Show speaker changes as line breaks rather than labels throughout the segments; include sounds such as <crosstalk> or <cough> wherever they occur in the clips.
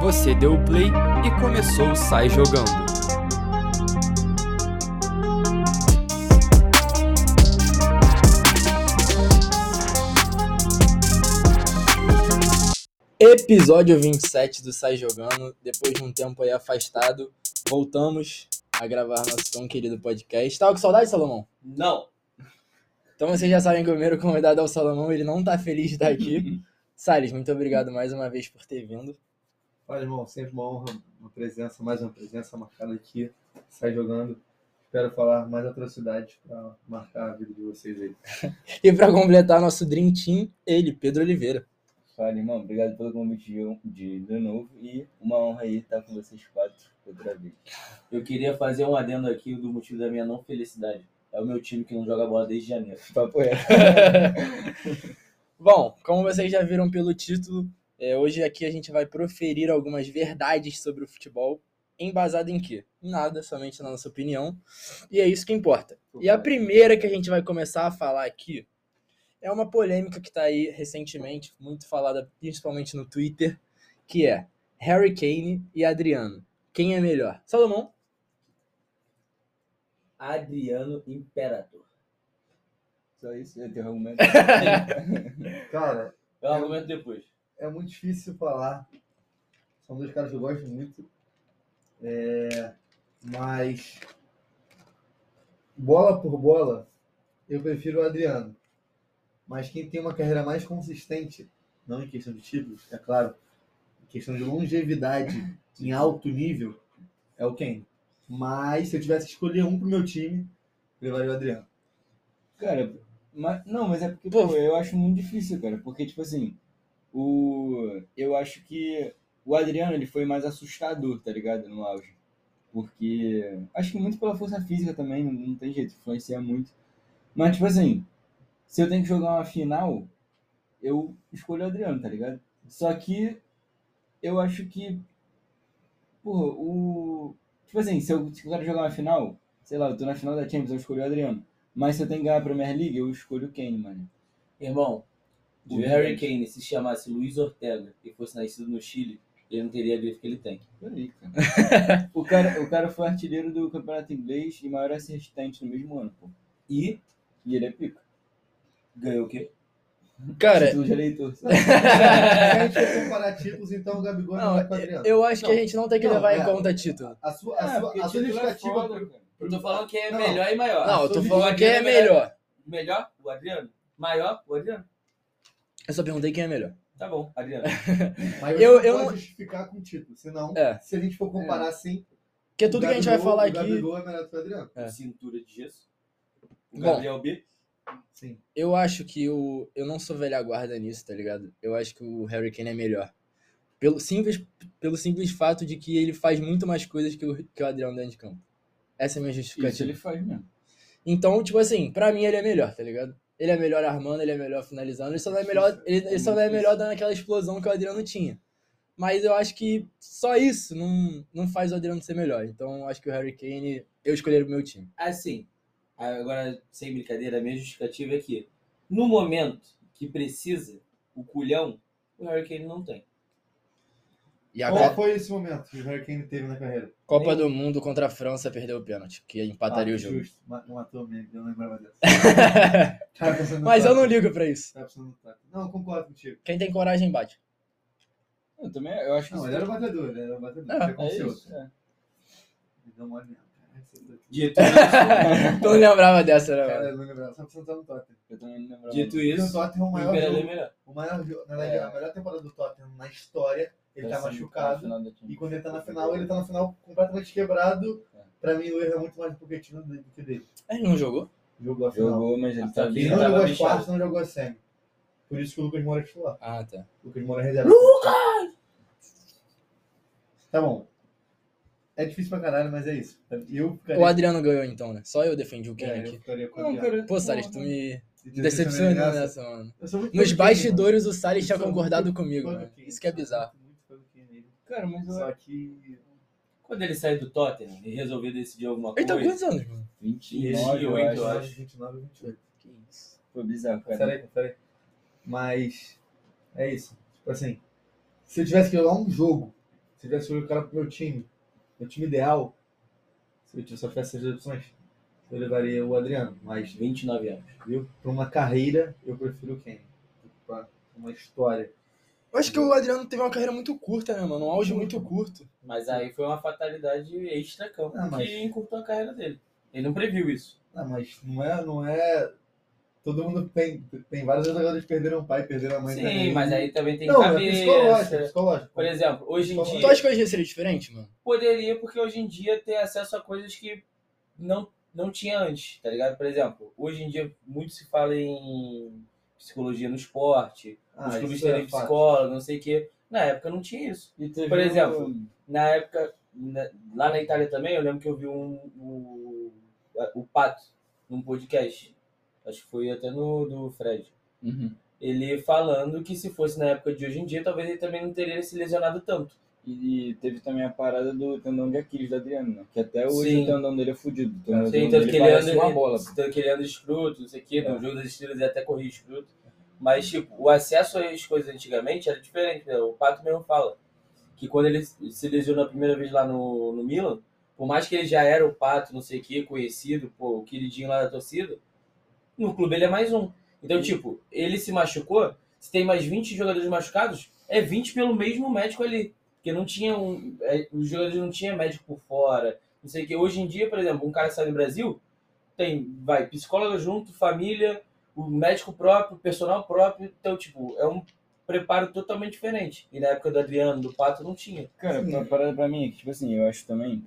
Você deu o play e começou o Sai Jogando. Episódio 27 do Sai Jogando. Depois de um tempo aí afastado, voltamos a gravar nosso tão querido podcast. Tava com saudade, Salomão?
Não.
Então vocês já sabem que o primeiro convidado é o Salomão, ele não tá feliz de estar aqui. Salles, muito obrigado mais uma vez por ter vindo.
Olha, irmão, sempre uma honra, uma presença, mais uma presença marcada aqui. Sai jogando. Espero falar mais atrocidades pra marcar a vida de vocês aí.
E pra completar nosso Dream Team, ele, Pedro Oliveira.
Fala, irmão. Obrigado pelo convite de, de, de novo e uma honra aí estar com vocês quatro outra vez. Eu queria fazer um adendo aqui do motivo da minha não felicidade. É o meu time que não joga bola desde janeiro.
Papo é. Bom, como vocês já viram pelo título, é, hoje aqui a gente vai proferir algumas verdades sobre o futebol, embasado em quê? Em nada, somente na nossa opinião. E é isso que importa. E a primeira que a gente vai começar a falar aqui é uma polêmica que está aí recentemente, muito falada principalmente no Twitter, que é Harry Kane e Adriano. Quem é melhor? Salomão?
Adriano Imperator. Só isso, eu tenho <laughs> argumento.
Cara,
eu um argumento depois.
é muito difícil falar. São dois caras que eu gosto muito. É, mas bola por bola, eu prefiro o Adriano. Mas quem tem uma carreira mais consistente, não em questão de títulos, é claro, em questão de
<laughs>
longevidade em alto nível, é o Kane. Mas se eu tivesse que escolher um pro meu time, eu levaria o Adriano.
<laughs> Cara, mas, não, mas é porque, pô, eu acho muito difícil, cara. Porque, tipo assim, o, eu acho que o Adriano ele foi mais assustador, tá ligado? No auge. Porque. Acho que muito pela força física também, não, não tem jeito, influencia muito. Mas, tipo assim, se eu tenho que jogar uma final, eu escolho o Adriano, tá ligado? Só que eu acho que. Porra, o. Tipo assim, se eu, se eu quero jogar uma final, sei lá, eu tô na final da Champions, eu escolho o Adriano. Mas se eu tenho que ganhar a Premier League, eu escolho o Kane, mano.
Irmão, se o Harry Kane se chamasse Luiz Ortega e fosse nascido no Chile, ele não teria a grife que ele tem.
Peraí, cara. <laughs> o cara. O cara foi artilheiro do campeonato inglês e maior assistente no mesmo ano, pô.
E
E ele é pica.
ganhou o quê?
Cara,
Título de eleitor.
Não, se a gente for comparar títulos, então o Gabigol é
<laughs> Não,
melhor que o Adriano.
eu acho que a gente não tem que
Não,
levar em
é.
conta título.
A sua, a sua,
É, porque
a sua
título é
justificativa
foda, cara.
Eu tô falando quem é
Não.
melhor e maior.
Não, eu
eu
tô
sou
falando
Adriano
quem é
é
melhor.
Melhor? O Adriano. Maior? O Adriano.
Eu só perguntei quem é melhor.
Tá bom, Adriano.
Mas
Eu-
eu,
eu
não
não-
pode justificar com o título, senão,
É.
se a gente for comparar assim,
Porque tudo
o
que a gente vai
Gabigol-
falar
o
aqui,
Gabigol é melhor que o Adriano.
É.
Cintura de gesso. O
Bom.
Gabriel B.
Sim.
eu acho que o. Eu não sou velha guarda nisso, tá ligado? Eu acho que o Harry Kane é melhor. Pelo simples, pelo simples fato de que ele faz muito mais coisas que o, que o Adriano dentro de campo. Essa é a minha
Isso
justificativa.
ele faz mesmo.
Então, tipo assim, pra mim ele é melhor, tá ligado? Ele é melhor armando, ele é melhor finalizando, ele só não é melhor, ele, ele só não é melhor dando aquela explosão que o Adriano tinha. Mas eu acho que só isso não, não faz o Adriano ser melhor. Então, eu acho que o Harry Kane, eu escolheria o meu time.
Assim, agora, sem brincadeira, a minha justificativa é que, no momento que precisa, o culhão, o Harry Kane não tem.
E a
Qual
Copa,
foi esse momento que o Harry Kane teve na carreira?
Copa do Mundo contra a França perdeu o pênalti, que empataria
Ah,
o jogo.
Justo. Ma- Não matou mesmo, eu não
<laughs>
lembrava dessa. Tava pensando no
Mas eu não
Tottenham.
ligo pra isso.
Tava pensando no Tottenham. Não, eu concordo contigo.
Quem tem coragem bate. <laughs>
Eu também eu acho que
Não,
isso-
ele era o batedor, ele era o batedor.
Ah,
o que
é
aconteceu?
isso. é.
Ele deu É mole mesmo, cara. Esse daqui.
Dito
<laughs>
isso, né?
Então não lembrava dessa, né?
Cara,
mano?
eu não lembrava, só precisa entrar no Tottenham.
Eu também não lembrava.
dito
Porque O
isso,
Tottenham é o
o
maior
Imperador é
jogo.
melhor.
O maior jogo. Na verdade,
É.
a melhor temporada do Tottenham na história,
É
ele tá
assim,
Essa-
machucado.
final da Champions.
E quando ele tá na final, ele tá na final completamente quebrado.
É.
Pra mim, o erro é muito mais do Pochettino do que dele.
Ele não jogou?
Jogou a final.
Jogou, mas ele
Ele
tá
não
Ele
vivo.
não
tava
jogou as
bichado.
quartas, não jogou a semi. Por isso que o Lucas Moura é titular.
Ah, tá.
O Lucas Moura é reserva. Lucas! Tá bom. É difícil pra caralho, mas é isso. Eu ficaria...
O Adriano ganhou então, né? Só eu defendi o Kane
é, eu
aqui.
ficaria com o
Não,
Adriano.
cara.
Pô, Salles,
porra.
tu me
Se tivesse
decepcionou
essa minha
nessa, mano.
graça, eu sou muito
Nos
fã do Kane,
bastidores o Salles tinha
Eu sou
concordado
muito
comigo,
fã do
mano.
Kane,
Isso que é
eu sou
bizarro.
muito fã do Kane.
Cara, mas eu
Só que...
Quando ele sair do Tottenham e resolver decidir
Ele
alguma coisa,
tá com quantos anos, mano?
29, eu
28,
acho.
eu acho.
29 28.
Que isso.
Foi bizarro, cara.
Peraí, peraí. Mas é isso. Tipo assim, se eu tivesse que jogar um jogo Se eu tivesse escolhido o cara pro meu time, meu time ideal, se eu tivesse só tivesse essas opções, eu levaria o Adriano. Mas
29 anos.
Viu? Pra uma carreira, eu prefiro o Kane. Pra uma história.
Eu acho que o Adriano teve uma carreira muito curta, né, mano? Um auge muito curto.
Mas aí foi uma fatalidade extra-campo
Ah, mas-
que encurtou a carreira dele. Ele não previu isso.
Ah, mas não é. Não é... Todo mundo tem. Tem vários jogadores que perderam o pai, perderam a mãe
Sim,
também.
mas aí também tem
Ah, Não, é psicológico, é
cabeça.
psicológico.
Por exemplo, hoje em
Psicológico.
dia.
Tu acha que hoje seria diferente, mano?
poderia, porque hoje em dia ter acesso a coisas que não, não tinha antes, tá ligado? Por exemplo, hoje em dia muito se fala em psicologia no esporte,
Ah,
os clubes
isso é
terem
fato.
psicólogo, não sei o quê. Na época não tinha isso.
E teve
Por
um-
exemplo, Na época, na- lá na Itália também, eu lembro que eu vi um, o- o Pato num podcast. Acho que foi até no do Fred.
Uhum.
Ele falando que se fosse na época de hoje em dia, talvez ele também não teria se lesionado tanto.
E, e teve também a parada do tendão de Aquiles do Adriano, né? Que até hoje
Sim.
o tendão dele é fudido. O tendão
Sim,
dele
tanto que ele
parece
anda,
uma bola.
tanto que ele anda escroto, não sei o quê,
É.
no jogo das estrelas ele até corria escroto. Mas, tipo, o acesso às coisas antigamente era diferente, né? O Pato mesmo fala que quando ele se lesionou a primeira vez lá no, no Milan, por mais que ele já era o Pato, não sei o quê, conhecido, pô, o queridinho lá da torcida, no clube ele é mais um. Então, tipo, ele se machucou, se tem mais 20 jogadores machucados, é 20 pelo mesmo médico ali. Porque não tinha um. é, os jogadores não tinham médico por fora. Não sei o que. Hoje em dia, por exemplo, um cara sai do Brasil, tem, vai, psicólogo junto, família, o médico próprio, personal próprio. Então, tipo, é um preparo totalmente diferente. E na época do Adriano, do Pato, não tinha.
Cara,
Sim.
a parada pra mim é que, tipo assim, eu acho também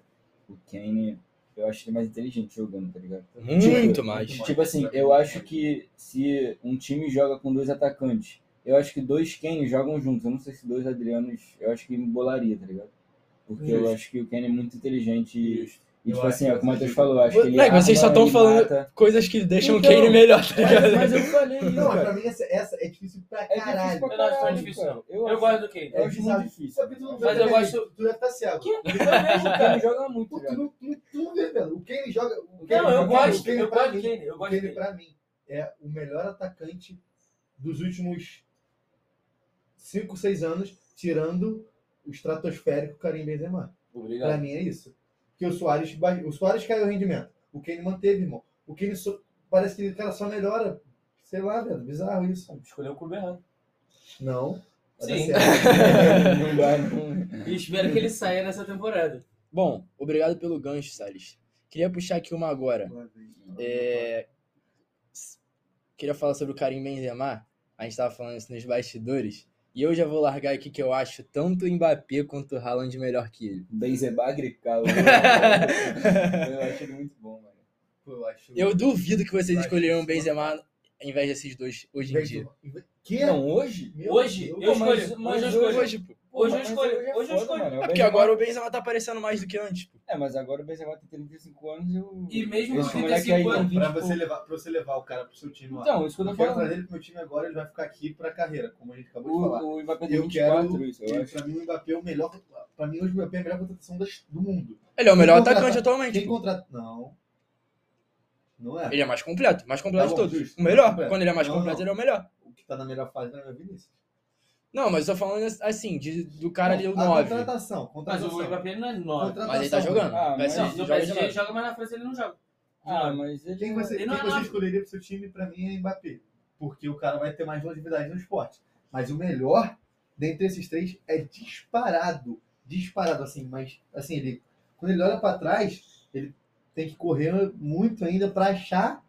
o Kane, eu acho ele mais inteligente jogando, tá ligado?
Muito mais.
muito
Tipo assim, eu acho que se um time joga com dois atacantes, eu acho que dois Kane jogam juntos. Eu não sei se dois Adrianos, eu acho que me bolaria, tá ligado? Porque eu
Justo.
acho que o Kane é muito inteligente e, e,
Eu
tipo
acho
assim,
que
é o que o
você
Matheus
ajuda.
falou, eu acho que ele
Moleque, vocês só
arma,
tão
ele
falando-
mata.
Coisas que deixam
Então,
o Kane melhor, tá ligado?
<laughs> Mas, mas eu falei isso,
Não, mas
cara.
pra mim essa, essa é difícil pra
É difícil
caralho.
pra
Eu não acho tão
caralho,
difícil,
cara.
não.
Eu,
Eu
acho- É,
gosto do Kane.
eu acho muito
Sabe-
difícil.
Sabe, um tu não
Mas
vê
eu
velho.
gosto-
Tu deve estar cego.
Que? Eu
O
vejo,
Kane
cara.
joga muito,
Tu,
cara.
tu, não- tu, não- tu não vê, velho. O Kane joga. Tá O Kane,
Não, eu
o Kane- o
gosto.
Kane
Eu
pra
gosto
mim,
do Kane. Eu
O
gosto do
Kane
Kane.
pra mim é o melhor atacante dos últimos 5, 6 anos, tirando o estratosférico Karim Benzema. Pra
Obrigado.
mim é isso. Que o Soares, ba- o Soares caiu o rendimento. O Kane manteve, irmão. O Kane só- parece que o cara só melhora. Sei lá, velho. Bizarro isso.
Escolheu o clube errado.
Não. Vai dar
Sim. <laughs>
certo.
não vai, não.
E espero que ele saia nessa temporada.
Bom, obrigado pelo gancho, Salles. Queria puxar aqui uma agora. É, s- Queria falar sobre o Karim Benzema. A gente tava falando isso nos bastidores. E eu já vou largar aqui que eu acho tanto o Mbappé quanto o Haaland melhor que ele.
<laughs> Benzema Agrical. Eu acho ele muito bom, <laughs> mano.
Pô, eu acho.
Eu duvido que vocês
Eu acho
escolheriam o
isso
Benzema em vez desses dois hoje em dia.
Benzema. Que?
Não, hoje?
Meu
Hoje,
Deus.
eu
mas-
escolho.
mas
Hoje eu
hoje-
escolho.
Hoje, pô.
Hoje eu
Mas
escolho.
é
Hoje eu
foda,
escolho.
mano.
É
O
porque
Benzema-
agora o Benzema tá aparecendo mais do que antes. pô.
É, mas agora o Benzema tem 35 anos e o...
E mesmo
Esse
com
moleque
35
aí,
anos,
tem
Pra
20 e
você, levar, pra você levar o cara pro seu time lá.
Então, isso que eu
eu
tô
quero
falando.
trazer ele pro meu time agora, ele vai ficar aqui pra carreira, como a gente acabou de falar.
O, o Mbappé tem
Eu
24,
quero-
isso, eu
E
acho.
pra mim o Mbappé é o melhor. Pra mim hoje o Mbappé é a melhor contratação das- do mundo.
Ele é o melhor
Quem contratar-
atacante atualmente.
Quem
pô.
contrata. Não. Não é.
Ele é mais completo, mais completo
Tá
de
bom,
todos.
justo.
O melhor.
Completo.
Quando ele é mais
Não,
completo,
não.
ele é o melhor.
O que tá na melhor fase não é o Vinícius.
Não, mas eu tô falando assim, de- do cara ali, o
Então, A
9.
Contratação.
mas o
Contratação.
Mbappé não é 9.
Contratação.
Mas ele tá jogando.
Ah, mas-
PSG
Não,
joga
no
de
PSG ele
lado.
joga, mas na França ele não joga.
Ah, mas ele...
Quem você,
Ele
quem
não é
você
nove.
escolheria pro seu time, pra mim, é Mbappé. Porque o cara vai ter mais longevidade no esporte. Mas o melhor, dentre esses três, é disparado. Disparado, assim, mas assim, ele. Quando ele olha pra trás, ele tem que correr muito ainda pra achar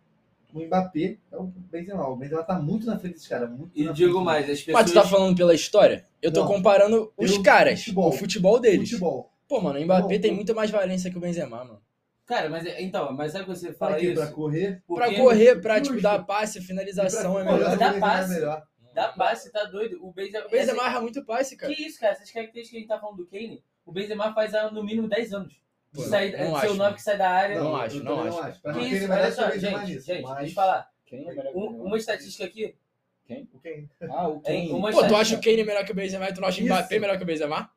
o Mbappé. É o Benzema. O Benzema tá muito na frente desse cara. Muito
E
na
digo
frente.
mais,
Mas
as
tu tá
pessoas.
falando pela história? Eu tô
Não.
comparando os
Pelo
caras,
futebol.
o futebol deles.
Futebol.
Pô, mano, o Mbappé
Bom,
tem
eu-
muito mais valência que o Benzema, mano.
Cara, mas é- então, mas sabe que você
Pra
fala
quê? Pra
isso?
correr.
Porque é
pra correr, pra
justo.
tipo, dar passe, finalização
E
é
pra-
melhor.
Olha,
Dá
o Benzema
passe.
É melhor.
Dá passe, tá doido. O Benzema.
O
é
Benzema erra muito passe, cara.
Que isso, cara? Essas características que a gente tá falando do Kane, o Benzema faz há no mínimo 10 anos.
Pô,
De sair,
não
é de ser
acho,
o 9 que sai da área.
Não
eu
acho,
também
não acho.
Pra
que
mim, ele
isso, olha
merece o
só,
Benzema
gente,
nisso.
gente, deixa
mas-
eu falar.
Quem é melhor que o
Um-
Benzema?
uma estatística aqui.
O Kane.
Ah, o Kane.
uma
Pô, tu
estatística-
acha o Kane melhor que o Benzema e tu não acha o
Isso.
Mbappé melhor que o Benzema?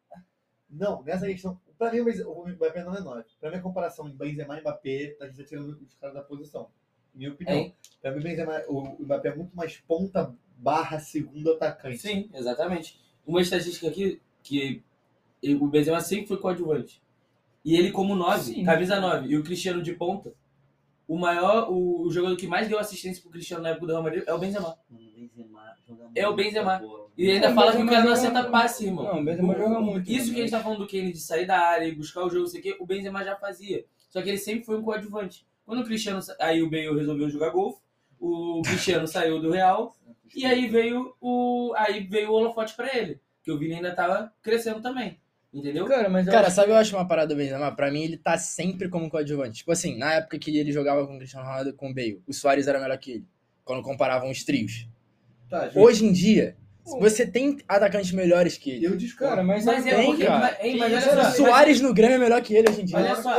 Não, nessa questão. Pra mim, o Benze- o Mbappé não é 9. Pra mim, a comparação de Benzema e Mbappé, a gente tá tirando os caras da posição. Minha opinião.
Hein?
Pra mim, o Benzema, o Mbappé é muito mais ponta barra segundo atacante.
Sim, exatamente. Uma estatística aqui que E o Benzema sempre foi coadjuvante. E ele como 9,
Sim.
camisa 9. E o Cristiano de ponta. O maior, o, o jogador que mais deu assistência pro Cristiano na época do Real Madrid é o Benzema.
Mano, o Benzema joga
É o
muita
Benzema.
bola.
E ainda
É,
fala
mas
que o
o
cara não
Benzema-
acerta passe, irmão.
Não, o
é
Benzema joga muito,
Isso que a
mas-
gente tá falando do Kane de sair da área e buscar o jogo, não sei o quê, o Benzema já fazia. Só que ele sempre foi um coadjuvante. Quando o Cristiano. sa- Aí o Bale resolveu jogar golfe, o Cristiano saiu do Real, e aí veio o. Aí veio o holofote pra ele. Que o Vini ainda tava crescendo também. Entendeu?
Cara, mas eu
Cara,
acho
sabe eu acho uma parada do Benzema? Pra mim, ele tá sempre como coadjuvante. Tipo assim, na época que ele jogava com o Cristiano Ronaldo e com o Bale, o Soares era melhor que ele. Quando comparavam os trios.
Tá, gente,
Hoje em dia, você tem atacantes melhores que ele.
eu discordo.
Cara, mas,
Mas é
tem,
porque.
cara.
mas- hein, mas
Que
olha
isso,
só,
O
mas-
Soares no Grêmio é melhor que ele hoje em dia.
Olha só,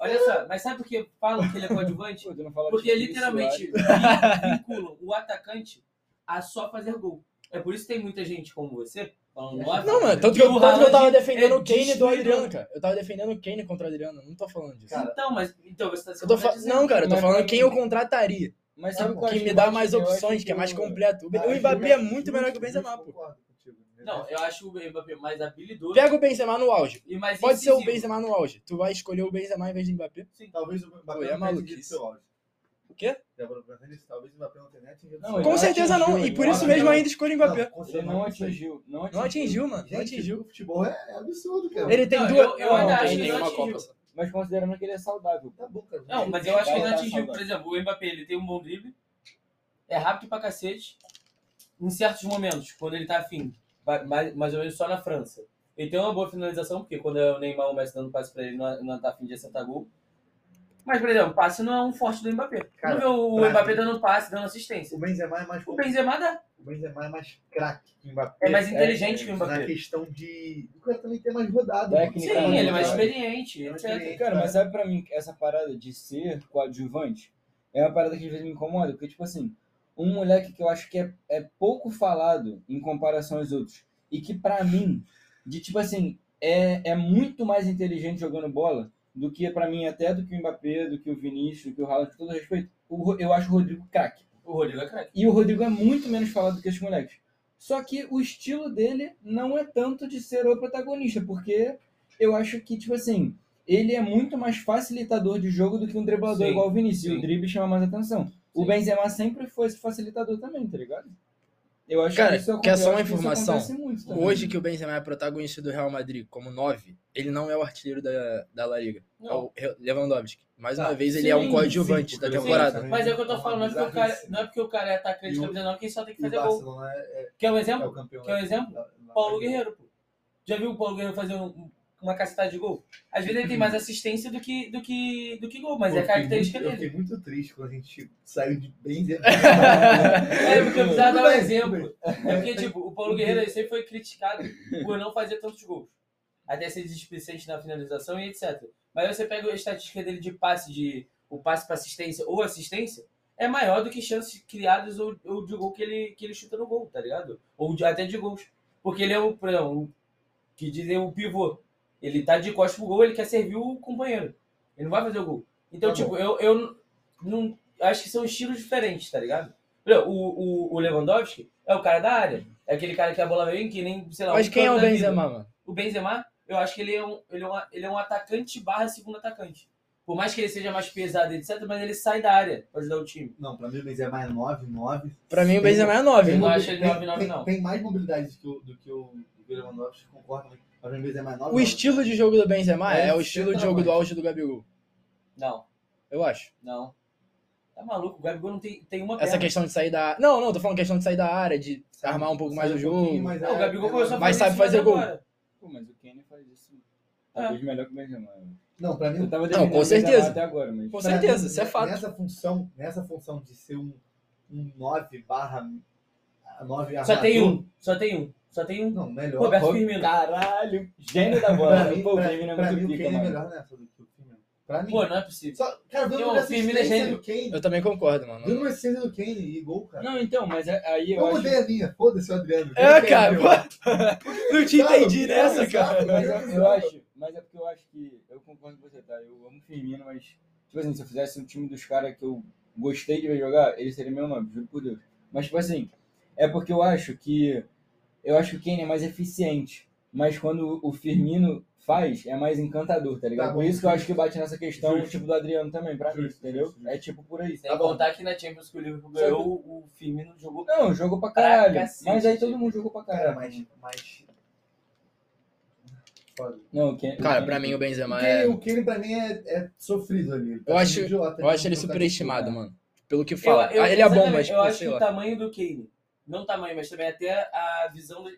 olha só, mas sabe por que falam que ele é coadjuvante?
Pô, tu não fala
Porque
disso,
<laughs>
literalmente vin- vinculam o atacante a só fazer gol. É por isso que tem muita gente como você falando "Nossa,
Não, mano, tanto
E
que, eu,
o
tanto que eu tava
Haaland
defendendo
é
o Kane do
destruidor.
Adriano, cara. Eu tava defendendo o Kane contra o Adriano, não tô falando disso.
Cara,
Então, mas então você tá
eu tô
você
fa-
tá dizendo-
Não, cara, eu tô
mas pra
falando
mim-
quem eu contrataria.
Mas sabe o que eu
Quem
acho
me
que
dá
eu
mais
acho que- eu
opções,
acho
que é mais
o-
completo.
Ah,
O
eu
Mbappé é
juro-
muito
juro
melhor que o
eu
Benzema, pô.
concordo contigo, né?
Não, eu acho o Mbappé mais habilidoso
Pega o Benzema no auge.
e mais
Pode ser o
incisivo.
Benzema no auge. Tu vai escolher o Benzema em vez do Mbappé?
Talvez o Mbappé
Pô, é
não tenha
maluquice.
atingido seu auge.
O quê?
Já vou pensar nisso, Talvez o Mbappé não tenha nem atingido
Não,
seu
ele
Com
auge.
certeza
atingiu,
não. E
ele
por
não
isso mesmo
atingiu.
ainda escolhe o Mbappé.
com
Ele
certeza
não
isso aí.
atingiu. Não atingiu.
Não atingiu, mano. Não
Gente,
atingiu.
O futebol é, é absurdo, cara.
Ele tem
Não,
duas.
eu- eu
não,
ainda
não
acho
tem
que não
nenhuma
atingiu.
Copa só.
Mas considerando que ele é saudável.
Tá bom, cara.
Não, mas eu acho que ele não
Vai
atingiu.
dar
Por exemplo, o Mbappé, ele tem um bom drible, é rápido pra cacete. Em certos momentos, quando ele tá afim, vai- mais, mais ou menos só na França, ele tem uma boa finalização, porque quando é o Neymar ou o Messi dando passe pra ele, não, não tá afim de acertar gol. Mas, por exemplo, passe não é um forte do Mbappé.
Cara,
não vê o
pra
Mbappé
mim-
dando passe, dando assistência.
O Benzema é mais
O Benzema dá.
o Benzema é mais craque que o Mbappé.
É mais inteligente
é,
que o
na
Mbappé.
questão de. O cara também tem mais rodado.
Sim,
Técnica,
ele é mais
né?
experiente,
Mais
etc.
experiente.
Cara, mas sabe pra mim, essa parada de ser coadjuvante é uma parada que às vezes me incomoda. Porque, tipo assim, um moleque que eu acho que é, é pouco falado em comparação aos outros. E que pra mim, de tipo assim, é, é muito mais inteligente jogando bola do que pra mim até do que o Mbappé, do que o Vinícius, do que o Haaland, com todo respeito. O Ro- eu acho o Rodrigo craque.
O Rodrigo é craque.
E o Rodrigo é muito menos falado que esses moleques. Só que o estilo dele não é tanto de ser o protagonista, porque eu acho que, tipo assim, ele é muito mais facilitador de jogo do que um driblador
Sim,
igual o Vinícius.
sim.
O drible chama mais atenção. O
Sim.
Benzema sempre foi esse facilitador também, tá ligado? Eu acho
Cara,
que isso acon-
quer só
eu
uma
acho que isso
informação?
acontece muito também.
Hoje que o Benzema é protagonista do Real Madrid como 9, ele não é o artilheiro da, da La Liga. É
Não.
o Re- Lewandowski. Mais uma
Ah,
vez, ele
sim,
é um coadjuvante
sim,
da
porque
temporada.
sim.
Mas é o que eu tô falando, não é porque o cara, não é, porque o cara é atacante
E
de
o-
camisa 9 que ele só tem que
E o
fazer gol.
Barcelona é,
Quer um
é
exemplo?
o campeão.
Quer um exemplo?
da- da-
Paulo
da-
Guerreiro, pô. Já viu o Paulo Guerreiro fazer um- uma cacetada de gol? Às vezes ele tem mais assistência do que, do que, do que gol, mas
Uhum. Pô,
é
eu fiquei
característica
muito-
dele.
Eu fiquei muito triste quando a gente saiu de
<laughs>
Benzema.
É, porque eu precisava
Tudo
dar um
bem,
exemplo. É porque, tipo, o Paulo Guerreiro ele sempre foi criticado por não fazer tantos gols. Até ser displicente na finalização e etc. Mas você pega a estatística dele de passe, de o passe para assistência ou assistência, é maior do que chances criadas ou, ou de gol que ele, que ele chuta no gol, tá ligado? Ou de- até de gols. Porque ele é o, por exemplo, o- que dizem o pivô. Ele tá de costas pro gol, ele quer servir o companheiro. Ele não vai fazer o gol. Então,
Tá
tipo, eu, eu não- não. Acho que são estilos diferentes, tá ligado? Por exemplo, O, o, o Lewandowski é o cara da área. É aquele cara que a bola vem, que nem, sei lá,
Mas
um
quem é
canto
o
da vida.
Benzema, mano?
O Benzema, eu acho que ele é um, ele é um, ele é um atacante barra segundo atacante. Por mais que ele seja mais pesado, etc., mas ele sai da área pra ajudar o time.
Não, pra mim o Benzema é 9, 9.
Pra mim, o Benzema é 9.
Tem
mano.
uma- acho ele
tem-
nove, nove,
tem-
não.
Tem mais mobilidade que o- do que o do que o Lewandowski, concordo. mas Pra mim o Benzema é 9.
O estilo de jogo do Benzema é,
É,
o estilo de jogo do
centroavante.
auge do Gabigol.
Não,
Eu acho.
não. Tá maluco? O Gabigol não é. tem, tem uma
Essa
perna.
questão de sair da. Não, não, tô falando questão de sair da área, de armar um pouco mais o jogo.
é,
Não, É, o Gabigol começou a
Mas é sabe
fazer isso mais
fazer gol.
agora.
Pô, mas o Kane faz isso
É.
talvez melhor que o Benzema.
Não, pra mim
Eu tava
Não,
defendendo
com
o Benzema
certeza.
até agora, mas...
Com
Pra
certeza,
mim,
isso é
ne-
fato.
Nessa função, nessa função de ser um, um 9 barra 9
Ah,
Só tem
armador-
um, só tem um, só tem um.
Não, melhor.
Roberto
Pô,
Firmino.
Caralho, gênio da bola.
pra mim,
Pô, o
pra-
Firmino é
pra
muito
mim, o
pica,
Kane é
mano.
melhor nessa do que o Firmino. Pra mim.
Pô, não é possível.
Só, cara, vendo
Não,
uma
o Firmino é
assistência
gênio.
do Kane.
Eu também concordo,
Vendo
mano.
uma assistência do Kane e gol, cara.
Não, então, mas é- aí eu
Eu
acho...
mudei a minha, foda-se o Adriano.
É,
Ele
cara,
perdeu.
<laughs> Não te
Sabe?
entendi nessa,
Sabe?
cara.
Mas eu, eu acho, mas é porque eu acho que eu concordo com você, tá? Eu amo o Firmino, mas tipo assim, se eu fizesse um time dos caras que eu gostei de ver jogar, ele seria meu nome, juro por Deus. Mas tipo assim, é porque eu acho que eu acho que o Kane é mais eficiente. mas quando o Firmino faz, é mais encantador, tá ligado?
Tá bom.
por isso que eu acho que bate nessa questão,
Justo.
tipo do Adriano também, pra mim,
Justo,
entendeu?
justo, justo.
É tipo por aí.
Sem
Tá
contar que na Champions que o Liverpool
Sabe-
ganhou, o Firmino jogou.
Não, jogou pra
Pra
caralho.
cacete,
mas aí todo
gente.
mundo jogou pra
Cara,
caralho.
mas. mas... Foda.
Não, quem,
Cara,
quem-
pra mim o Benzema
Porque
é.
O Kane, pra mim, é, é sofrido ali. Ele tá
Eu
sendo
acho-
idiota,
Eu acho ele
não tá
superestimado, mano. Pelo que
Eu-
fala.
eu-
Ah, ele é bom,
exatamente,
mas
Eu
pô,
acho
sei
que tá o
lá.
tamanho do Kane, não o tamanho, mas também até a visão da-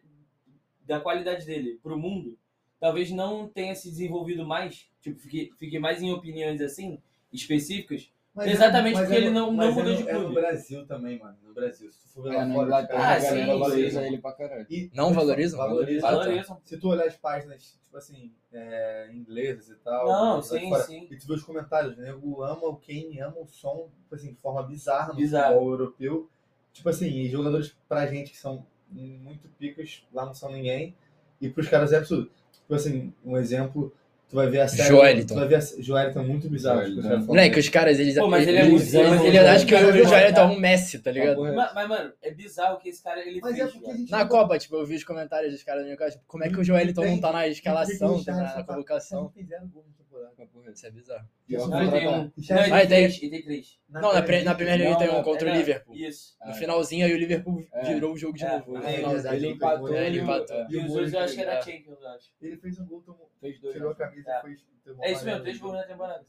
da qualidade dele pro mundo, talvez não tenha se desenvolvido mais, tipo, fique, fique mais em opiniões assim, específicas.
Mas
Exatamente
é- mas
porque
é
ele
no-
não- não
mas é
mudou
no-
de
É no
clube.
Brasil também, mano. No Brasil. Se tu for ver
É,
lá
na
Tá fora, os
Inglaterra,
Ah,
a galera
sim,
valoriza
sim.
ele pra caralho.
E-
Não valorizam?
Valorizam.
Valorizam.
Se tu olhar as páginas, tipo assim, é, inglesas e tal.
Não,
lá de
sim,
fora,
sim.
E tu vê os comentários, né? O ama o Kane, ama o som, tipo assim, de forma bizarra no
Bizarro.
futebol europeu. Tipo assim, e jogadores pra gente que são muito picas, lá não são ninguém. E pros caras é absurdo. Tipo assim, um exemplo, tu vai ver a série.
Joeliton.
Tu vai ver a Joeliton muito bizarro. tipo, os caras falam-
Moleque, os caras, eles.
Pô, mas ele é muito-
eles,
mas
ele-
ele é
acho que
muito
o
bom,
Jair
cara.
tá um Messi, tá ligado?
Tá
Ma- Mas, mano, é bizarro que esse cara ele
Mas
fez.
é porque a
cara.
gente.
Na Copa, tipo, eu vi os comentários dos caras do Newcastle, tipo, como é que o Joelito não tá na escalação,
Tem que
tá na,
deixar
na
essa
convocação.
fizeram gol na temporada.
né?
Isso é bizarro.
Pior
Não, é ele tem um.
contratar.
Não,
Então, E já- é
ele
Mas
tem
tem-
três. Ele tem três.
Não, na, pre- na primeira ele
Não,
tem um
não,
contra
É,
o
não,
Liverpool.
Isso.
No finalzinho, aí o Liverpool
É.
virou o jogo de
É.
novo.
É,
Não,
verdade.
Ele
ele
empatou.
empatou.
É, Ah, ele empatou.
é,
E os
Liverpool,
dois eu acho que
ele-
era Champions, eu acho.
Ele fez um gol, tomou,
Fez dois.
tirou a camisa
É.
e foi. tomou
É isso mesmo,
amarelo.
três gols na temporada.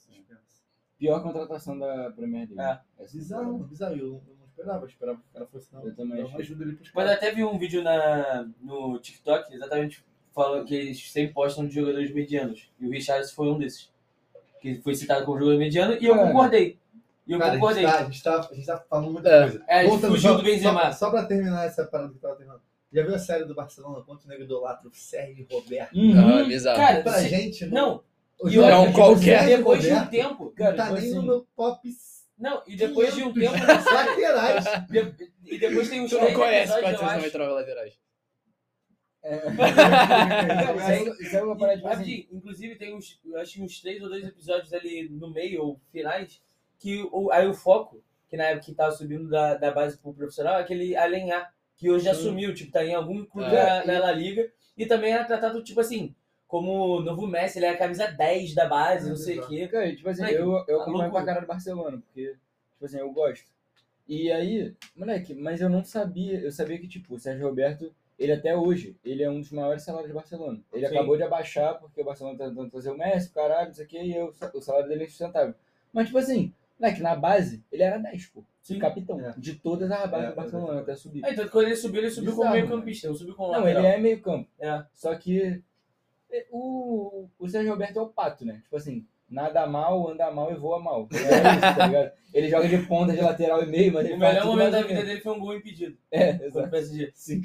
Pior contratação da Premier League.
É.
Essa
Bizarro, bizarro. Eu não, eu não esperava, eu esperava que o cara fosse. Não,
Eu também
não
achei.
ajuda ele pros
Mas
caras.
até vi um vídeo na, no TikTok, exatamente falando que eles sempre postam de jogadores medianos. E o Richardson foi um desses. Que foi citado como jogador mediano e eu
Cara.
concordei. E eu
Cara, a, gente
concordei.
tá, a, gente tá, a gente tá falando muita
É.
coisa.
um É, a gente
Voltando,
fugiu
só-
do Benzema.
Só, só pra terminar essa parada que eu tava terminando. Já viu a série do Barcelona? Quanto nego idolatra o Sérgio Roberto?
Ah,
Uhum.
bizarro.
Cara,
Pra
se-
gente,
não.
Os
E olha,
jogos
tipo,
Não,
de
qualquer.
Sérgio
depois de um
Roberto
tempo.
Não
Cara,
tá
tipo
nem
assim,
no meu top
Não, e depois de um
500
tempo.
<laughs> laterais.
<laughs> de- e depois tem uns
Tu não
três
conhece
episódios, eu
499 laterais.
Cara,
Mas aí-
<laughs> isso é- isso é uma
acho. E,
parada tipo assim.
rapidinho, inclusive tem uns, eu acho que uns três ou dois episódios ali no meio, ou finais, que o, aí o foco, que na época que tava subindo da, da base pro profissional, é aquele alenhar, que hoje assumiu, tipo, tá em algum clube
É,
na, na La Liga, e também era tratado, tipo assim, como o novo Messi, ele era a camisa 10 da base, não sei o quê.
Cara, tipo assim,
Moleque, tá
eu, eu acompanho
loucura.
pra caralho o Barcelona, porque, tipo assim, eu gosto. E aí, moleque, mas eu não sabia, eu sabia que, tipo, o Sérgio Roberto, ele até hoje, ele é um dos maiores salários do Barcelona. Ele
Sim.
acabou de abaixar, porque o Barcelona tá tentando fazer o Messi, caralho, não sei o que, e eu- o salário dele é sustentável. Mas, tipo assim, moleque, na base, ele era 10, pô.
Sim.
Capitão.
É.
De todas as bases
É,
do Barcelona,
é.
até subir.
Aí, então, quando ele subiu, ele subiu como
Bizarro,
meio campista, não subiu como
Não,
lateral.
ele é meio campo.
É.
Só que é, o, o Sérgio Roberto é o pato, né? Tipo assim, nada mal, anda mal e voa mal. É isso,
<laughs>
tá ligado? Ele joga de ponta, de lateral e meio, mas ele
O
faz
melhor
tudo
momento
mais
da
ou
vida
menos.
dele foi um gol impedido.
É,
contra
exato.
o PSG.
Sim.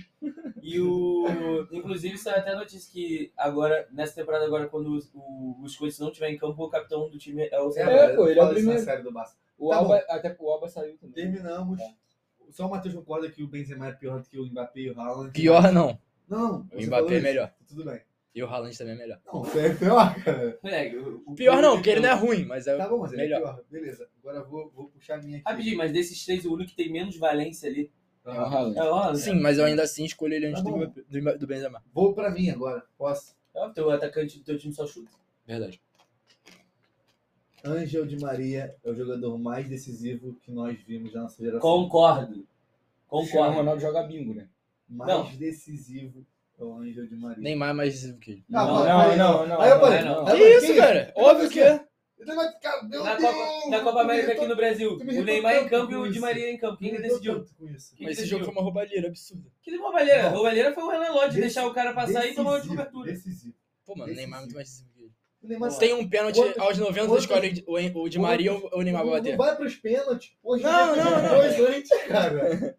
E o. Inclusive, saiu até notícia que agora, nessa temporada agora, quando o- o Busquets não estiver em campo, o capitão do time é o Sérgio.
É, pô, ele é o
Fala isso na
primeiro.
série do Barça.
O
Tá
Alba, até o Alba saiu também.
Terminamos.
É.
Só o Matheus concorda que o Benzema é pior do que o Mbappé e o Haaland.
Pior não.
Não,
O
você
Mbappé
falou
é
isso.
melhor.
Tudo bem.
E o Haaland também é melhor.
Não, você é pior, cara.
Moleque, o- o-
Pior não,
o-
porque ele não é ruim, mas é.
Tá bom, mas ele
Melhor.
é pior. Beleza. Agora eu vou, vou puxar a minha aqui.
Rapidinho, mas desses três, o único que tem menos valência ali
É o
Tá.
Haaland.
é o Haaland.
Sim, mas eu ainda assim escolho ele antes
Tá
do,
bom.
Mbappé- do, Mba- do Benzema.
Vou pra mim agora. Posso?
É o teu atacante do teu time só chuta.
Verdade.
Ângel de Maria é o jogador mais decisivo que nós vimos na nossa geração.
Concordo.
O
Concordo.
Ronaldo joga bingo, né?
Mais
Não.
decisivo é o Ângel de Maria.
Neymar é mais decisivo que ele.
Ah,
Não,
pô,
não,
aí,
não, não,
Aí eu
não,
falei,
não.
aí
Que
eu falei,
isso, cara?
Então
Óbvio que é.
Ele vai ficar, meu
Na
Deus!
Copa, na Copa América aqui no Brasil,
tu me irritou
o Neymar em
tanto
campo e
com
o Di
isso.
Maria em campo. Quem que decidiu?
Com isso.
Quem que
Mas esse
decidiu?
jogo foi uma roubalheira absurda.
Que roubalheira?
Não.
Roubalheira foi o Renan Lodge,
Deci-
deixar o cara passar e tomar uma de
Decisivo,
cobertura.
Decisivo.
Pô, mano, o Neymar é
Decisivo.
muito mais decisivo que ele.
O Neymar
Tem um pênalti
Quantas-
aos 90,
quantas-
escolhe o, o Di
quantas-
Maria ou o Neymar pra
não, não
bater.
vai pros pênaltis. Hoje
Não,
já
não,
tem
não.
dois antes,
<laughs>
cara.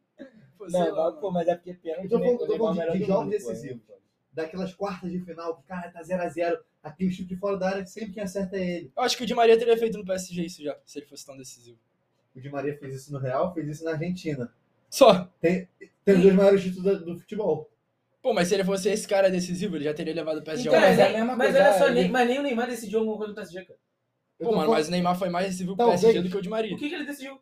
Pô, sei
Não,
lá,
mas, pô, mas é porque pênalti.
Eu tô
né?
falando- eu tô
Ele é o
falando de-
melhor
de
do
jogos
mundo, pô,
decisivos.
né?
Daquelas quartas de final, que cara tá 0x0. Aquele chute de fora da área, sempre quem acerta é ele.
Eu acho que o Di Maria teria feito no PSG isso já, se ele fosse tão decisivo.
O Di Maria fez isso no Real, fez isso na Argentina.
Só.
Tem os dois maiores títulos do, do futebol.
Pô, mas se ele fosse esse cara decisivo, ele já teria levado o PSG
Então,
ao
Cara,
mas,
mas,
é a
aí-
mesma
mas
coisa,
olha só,
ele-
nem- mas nem o Neymar decidiu alguma coisa no PSG, cara.
Pô,
Eu tô
mano,
falando-
mas o Neymar foi mais decisivo pro
Talvez.
PSG do que o Di Maria.
O que, que ele decidiu?
Não,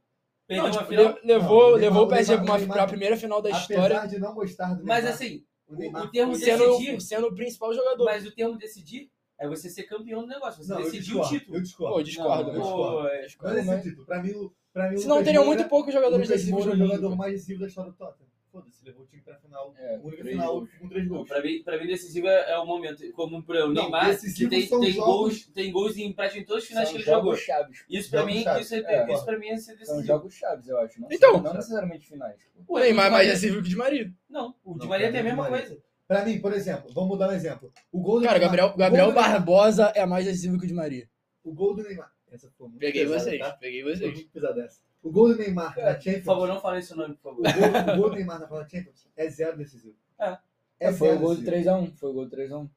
Perdeu uma
tipo,
final?
le- levou,
Não, o
levou
Neymar-
o PSG
o
pra, uma,
Neymar-
pra primeira final da
Apesar
história.
de não gostar do
Mas
Neymar,
assim,
O
O-
Neymar.
o termo decidir-
Sendo, sendo o principal jogador.
Mas o termo decidir é você ser campeão do negócio, você
Não, eu
decidir o
discordo.
título.
Eu
Pô, eu
discordo.
discordo,
Não,
eu
não,
discordo.
Pô, é,
Não
discordo.
nesse
mas-
título. Pra mim, o- pra mim o
Senão
Lucas
teriam
Moura-
muito poucos jogadores
Lucas
decisivos
Moura é
no
o jogador
mundo.
mais decisivo da história do Tottenham. Foda-se, levou o time pra final.
É,
Única
três
final
gols.
com três
Não,
gols.
pra, mim, pra mim, decisivo é, é o momento. Como pra o
Não,
Neymar, que
decisivos
tem,
são
tem,
jogos-
gols, tem gols em praticamente todas as finais
São
que ele jogou.
jogos chaves.
Isso pra,
Jogos
mim,
chaves,
isso, é,
é.
isso pra mim é ser
São
decisivo.
jogos chaves, eu acho. Não,
Então.
não necessariamente finais. pô.
O
Ué,
Neymar é
Di
mais
Maria-
decisivo que o Di Maria.
Não, o Di
Não,
Maria
pra
tem a
mim, é
mesma
Di Maria.
coisa.
Pra mim, por exemplo, vamos dar um exemplo. O gol do
Cara,
Neymar-
Gabriel,
o gol
Gabriel
do Neymar-
Barbosa é mais decisivo que o Di Maria.
O gol do Neymar. Essa foi muito
Peguei
pesada,
vocês,
tá?
peguei
Foi
vocês.
muito pesada essa. O gol do Neymar na
Por
Champions.
favor, não fale esse nome, por
O
favor.
gol, o gol do Neymar na final da Champions é zero decisivo.
É.
É, foi o
zero
gol do
decisivo.
3x1. Foi o gol do 3x1.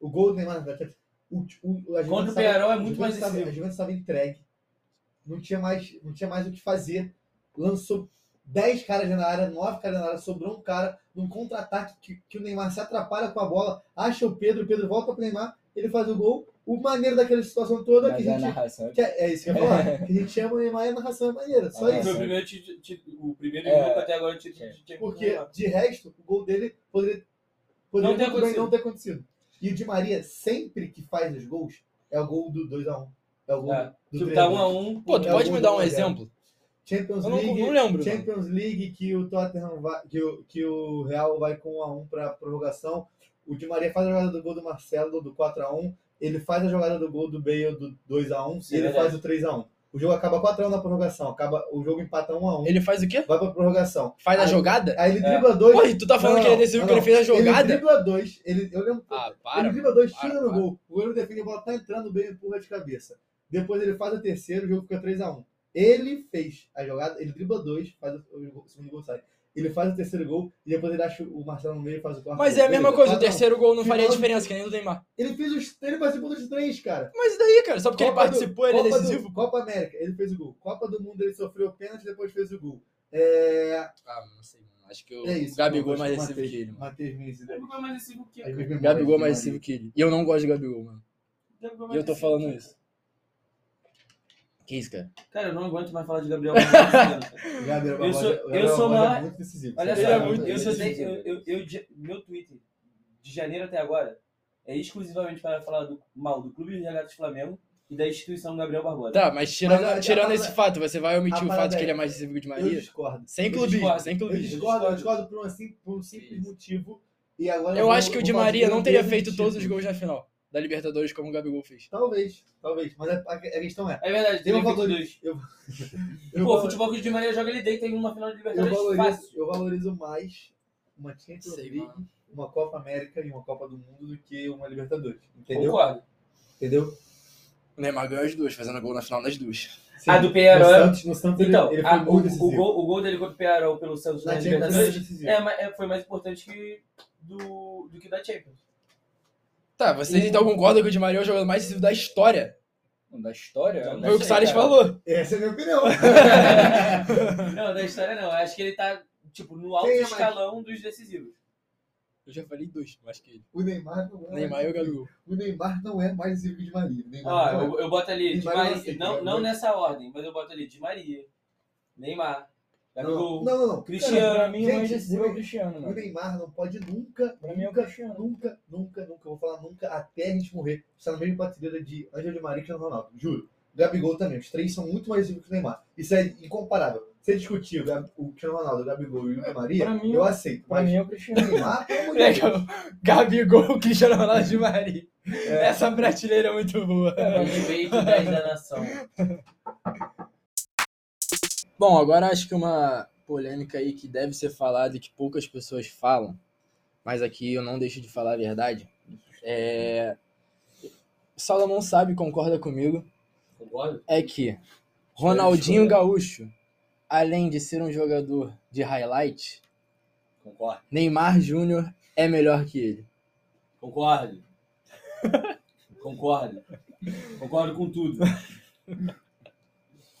O gol do Neymar na final da Champions. O, o, o, a
Contra o
Juventus
Pearol é
A
muito
Juventus
mais
estava-
decisivo.
A Juventus estava entregue. Não tinha, mais, não tinha mais o que fazer. Lançou 10 caras na área, 9 caras na área, sobrou um cara num contra-ataque que, que o Neymar se atrapalha com a bola, acha o Pedro, o Pedro volta pro Neymar, ele faz o gol. O maneiro daquela situação toda
Mas
que a
a
gente.
narração
que é, é isso que eu ia <laughs> falar. que a gente chama o Neymar e a narração é maneira. Só
Ah,
Foi
isso.
o primeiro título, título- o primeiro
É.
jogo até agora título de Champions
Porque,
League. Tipo,
de resto, o gol dele poderia, poderia
Não ter
muito bem
acontecido.
não ter acontecido. E o Di Maria, sempre que faz os gols, é o gol do 2x1. É o gol
É.
do
Tipo,
3
tá
a
1
1.
a 1
Pô, tu
É
pode
o
me
gol
dar
do
um
Rogério.
exemplo?
Champions
Eu não-
League,
não lembro,
Champions League que o Tottenham vai, que o, que o Real vai com 1 a 1 para prorrogação. O Di Maria faz a jogada do gol do Marcelo do 4 a 1, ele faz a jogada do gol do Bale do 2 a 1
Sim,
e ele
verdade.
faz o 3 a 1. O jogo acaba 4 a 1 na prorrogação, acaba o jogo empata 1 a 1.
Ele faz o quê?
Vai pra prorrogação.
Faz a
Aí-
jogada?
Aí ele
É.
dribla dois.
Pô, e tu tá falando
Não,
que ele é
não,
decisivo
não,
que ele fez a
Ele
jogada?
dribla dois. Ele, eu lembro.
Ah,
ele
para. mano.
dribla dois,
para,
tira no
para.
gol. O goleiro defende a bola, tá entrando bem, empurra de cabeça. Depois ele faz a terceira, o jogo fica 3x1. Ele fez a jogada, ele dribla dois, faz o, o gol- o segundo gol sai. Ele faz o terceiro gol e depois ele acha o Marcelo no meio e faz o quarto.
Mas
gol.
é a mesma
Beleza,
coisa, o
4 a 1.
terceiro gol não faria
Final-
diferença, que nem o do Neymar.
Ele fez os. Ele participou dos três, cara.
Mas e daí, cara? Só porque ele
Copa do-
participou, ele é
Copa do-
decisivo?
Copa América, ele fez o gol. Copa do Mundo, ele sofreu pênalti e depois fez o gol. É.
Ah, não sei, mano. Acho que o
É isso.
Gabigol é
Eu
mais
gosto do
decisivo que ele,
Matheus-
mano.
Matheus Mendes. né?
Gabigol é mais decisivo que
As
eu.
minhas memórias
Gabigol é mais
de Maria.
decisivo que ele. E eu não gosto de Gabigol, mano.
Gabigol é
E
mais
eu tô
decisivo
falando
que-
isso. Que isso, cara?
Cara, eu não aguento mais falar de Gabriel
<laughs>
né, Barbosa.
Gabriel
Eu
Barbosa-
sou-
Gabriel
eu
Barbosa
sou maior-
é muito decisivo.
Olha
Você
só,
Ele é
sabe,
muito-
né?
eu só
Ele é
sei, eu,
decisivo.
eu, eu de- meu Twitter, de janeiro até agora, é exclusivamente para falar do, mal do Clube de Regatas Flamengo e da instituição Gabriel Barbosa.
Tá, mas tirando,
Mas a- a
tirando
parada-
esse fato, você vai omitir
a
o fato
parada
que ele é
é-
mais decisivo que o de
Eu
Maria?
discordo.
Sem
eu
clubismo,
discordo.
sem
Eu
clubismo.
discordo, eu
discordo.
discordo por, uma sim- por um simples
Isso.
motivo. E agora
Eu
vou-
acho que o
vou
Di
falar
Maria
do
não teria
mesmo
feito todos os
motivo.
gols na final da Libertadores como o Gabigol fez.
Talvez, talvez. Mas a, a questão é.
É verdade,
Eu
teve
valorizo-
22.
Eu, eu,
<laughs> Pô,
valorizo-
futebol é que o Di Maria joga, ele deita em uma final de
eu,
Libertadores fácil.
valorizo, eu valorizo mais uma Champions
Sei,
League,
mano.
uma Copa América e uma Copa do Mundo do que uma Libertadores. Entendeu?
Concordo.
Entendeu?
O Neymar ganhou as duas, fazendo gol na final nas duas.
Ah, do Peñarol.
No Santos, no Santos ele-
Então,
ele,
a-
foi
o,
muito
o,
decisivo.
gol, o gol dele contra o Pearol pelo Santos na
Na Champions ele foi
Libertadores
decisivo.
é, ma- é, foi mais importante que do, do que da Champions.
Tá, vocês
O-
então concordam que o Di Maria é o jogador mais decisivo da história?
Não, da história.
Então, Não, não
né?
Foi o que o
sei,
Salles
cara.
falou.
Essa é a minha opinião.
<laughs> não, da história não. Eu Acho que ele tá, tipo, no alto
Quem é mais-
escalão dos decisivos.
Eu já falei dois, eu acho que ele.
O Neymar não é.
Neymar e o Gabigol.
O Neymar não é mais decisivo que o Di Maria. O Neymar
Ó,
não é.
eu, eu boto ali,
Di
Di
Maria
Maria-
eu sei que
não,
vai-
não
vai.
nessa ordem, mas eu boto ali de Maria, Neymar,
Não,
Gabigol,
não, não. não.
Cristiano.
Cara, pra mim, o mais
Gente,
decisivo é o
o-
Cristiano,
O
mano.
Neymar não pode nunca,
Pra mim é o
nunca,
Cristiano.
nunca, nunca, nunca, eu vou falar nunca, até a gente morrer. Está na mesma prateleira de Angel de Maria e Cristiano Ronaldo, juro. Gabigol também, os três são muito mais decisivos que o Neymar. Isso é incomparável. Se eu discutir o, Gabi- o Cristiano Ronaldo, o Gabigol e o Di Maria,
pra mim,
eu aceito.
Pra
Mas
mim
o
é o Cristiano.
Neymar,
<laughs>
pelo amor de Deus.
<laughs> Legal. Gabigol, Cristiano Ronaldo de Maria. Essa prateleira é muito boa.
respeito 10 da nação.
Bom, agora acho que uma polêmica aí que deve ser falada e que poucas pessoas falam, mas aqui eu não deixo de falar a verdade. É... Salomão sabe, concorda comigo,
Concordo?
é que Ronaldinho Gaúcho, além de ser um jogador de highlight,
Concordo.
Neymar Júnior é melhor que ele.
Concordo. Concordo. Concordo com tudo.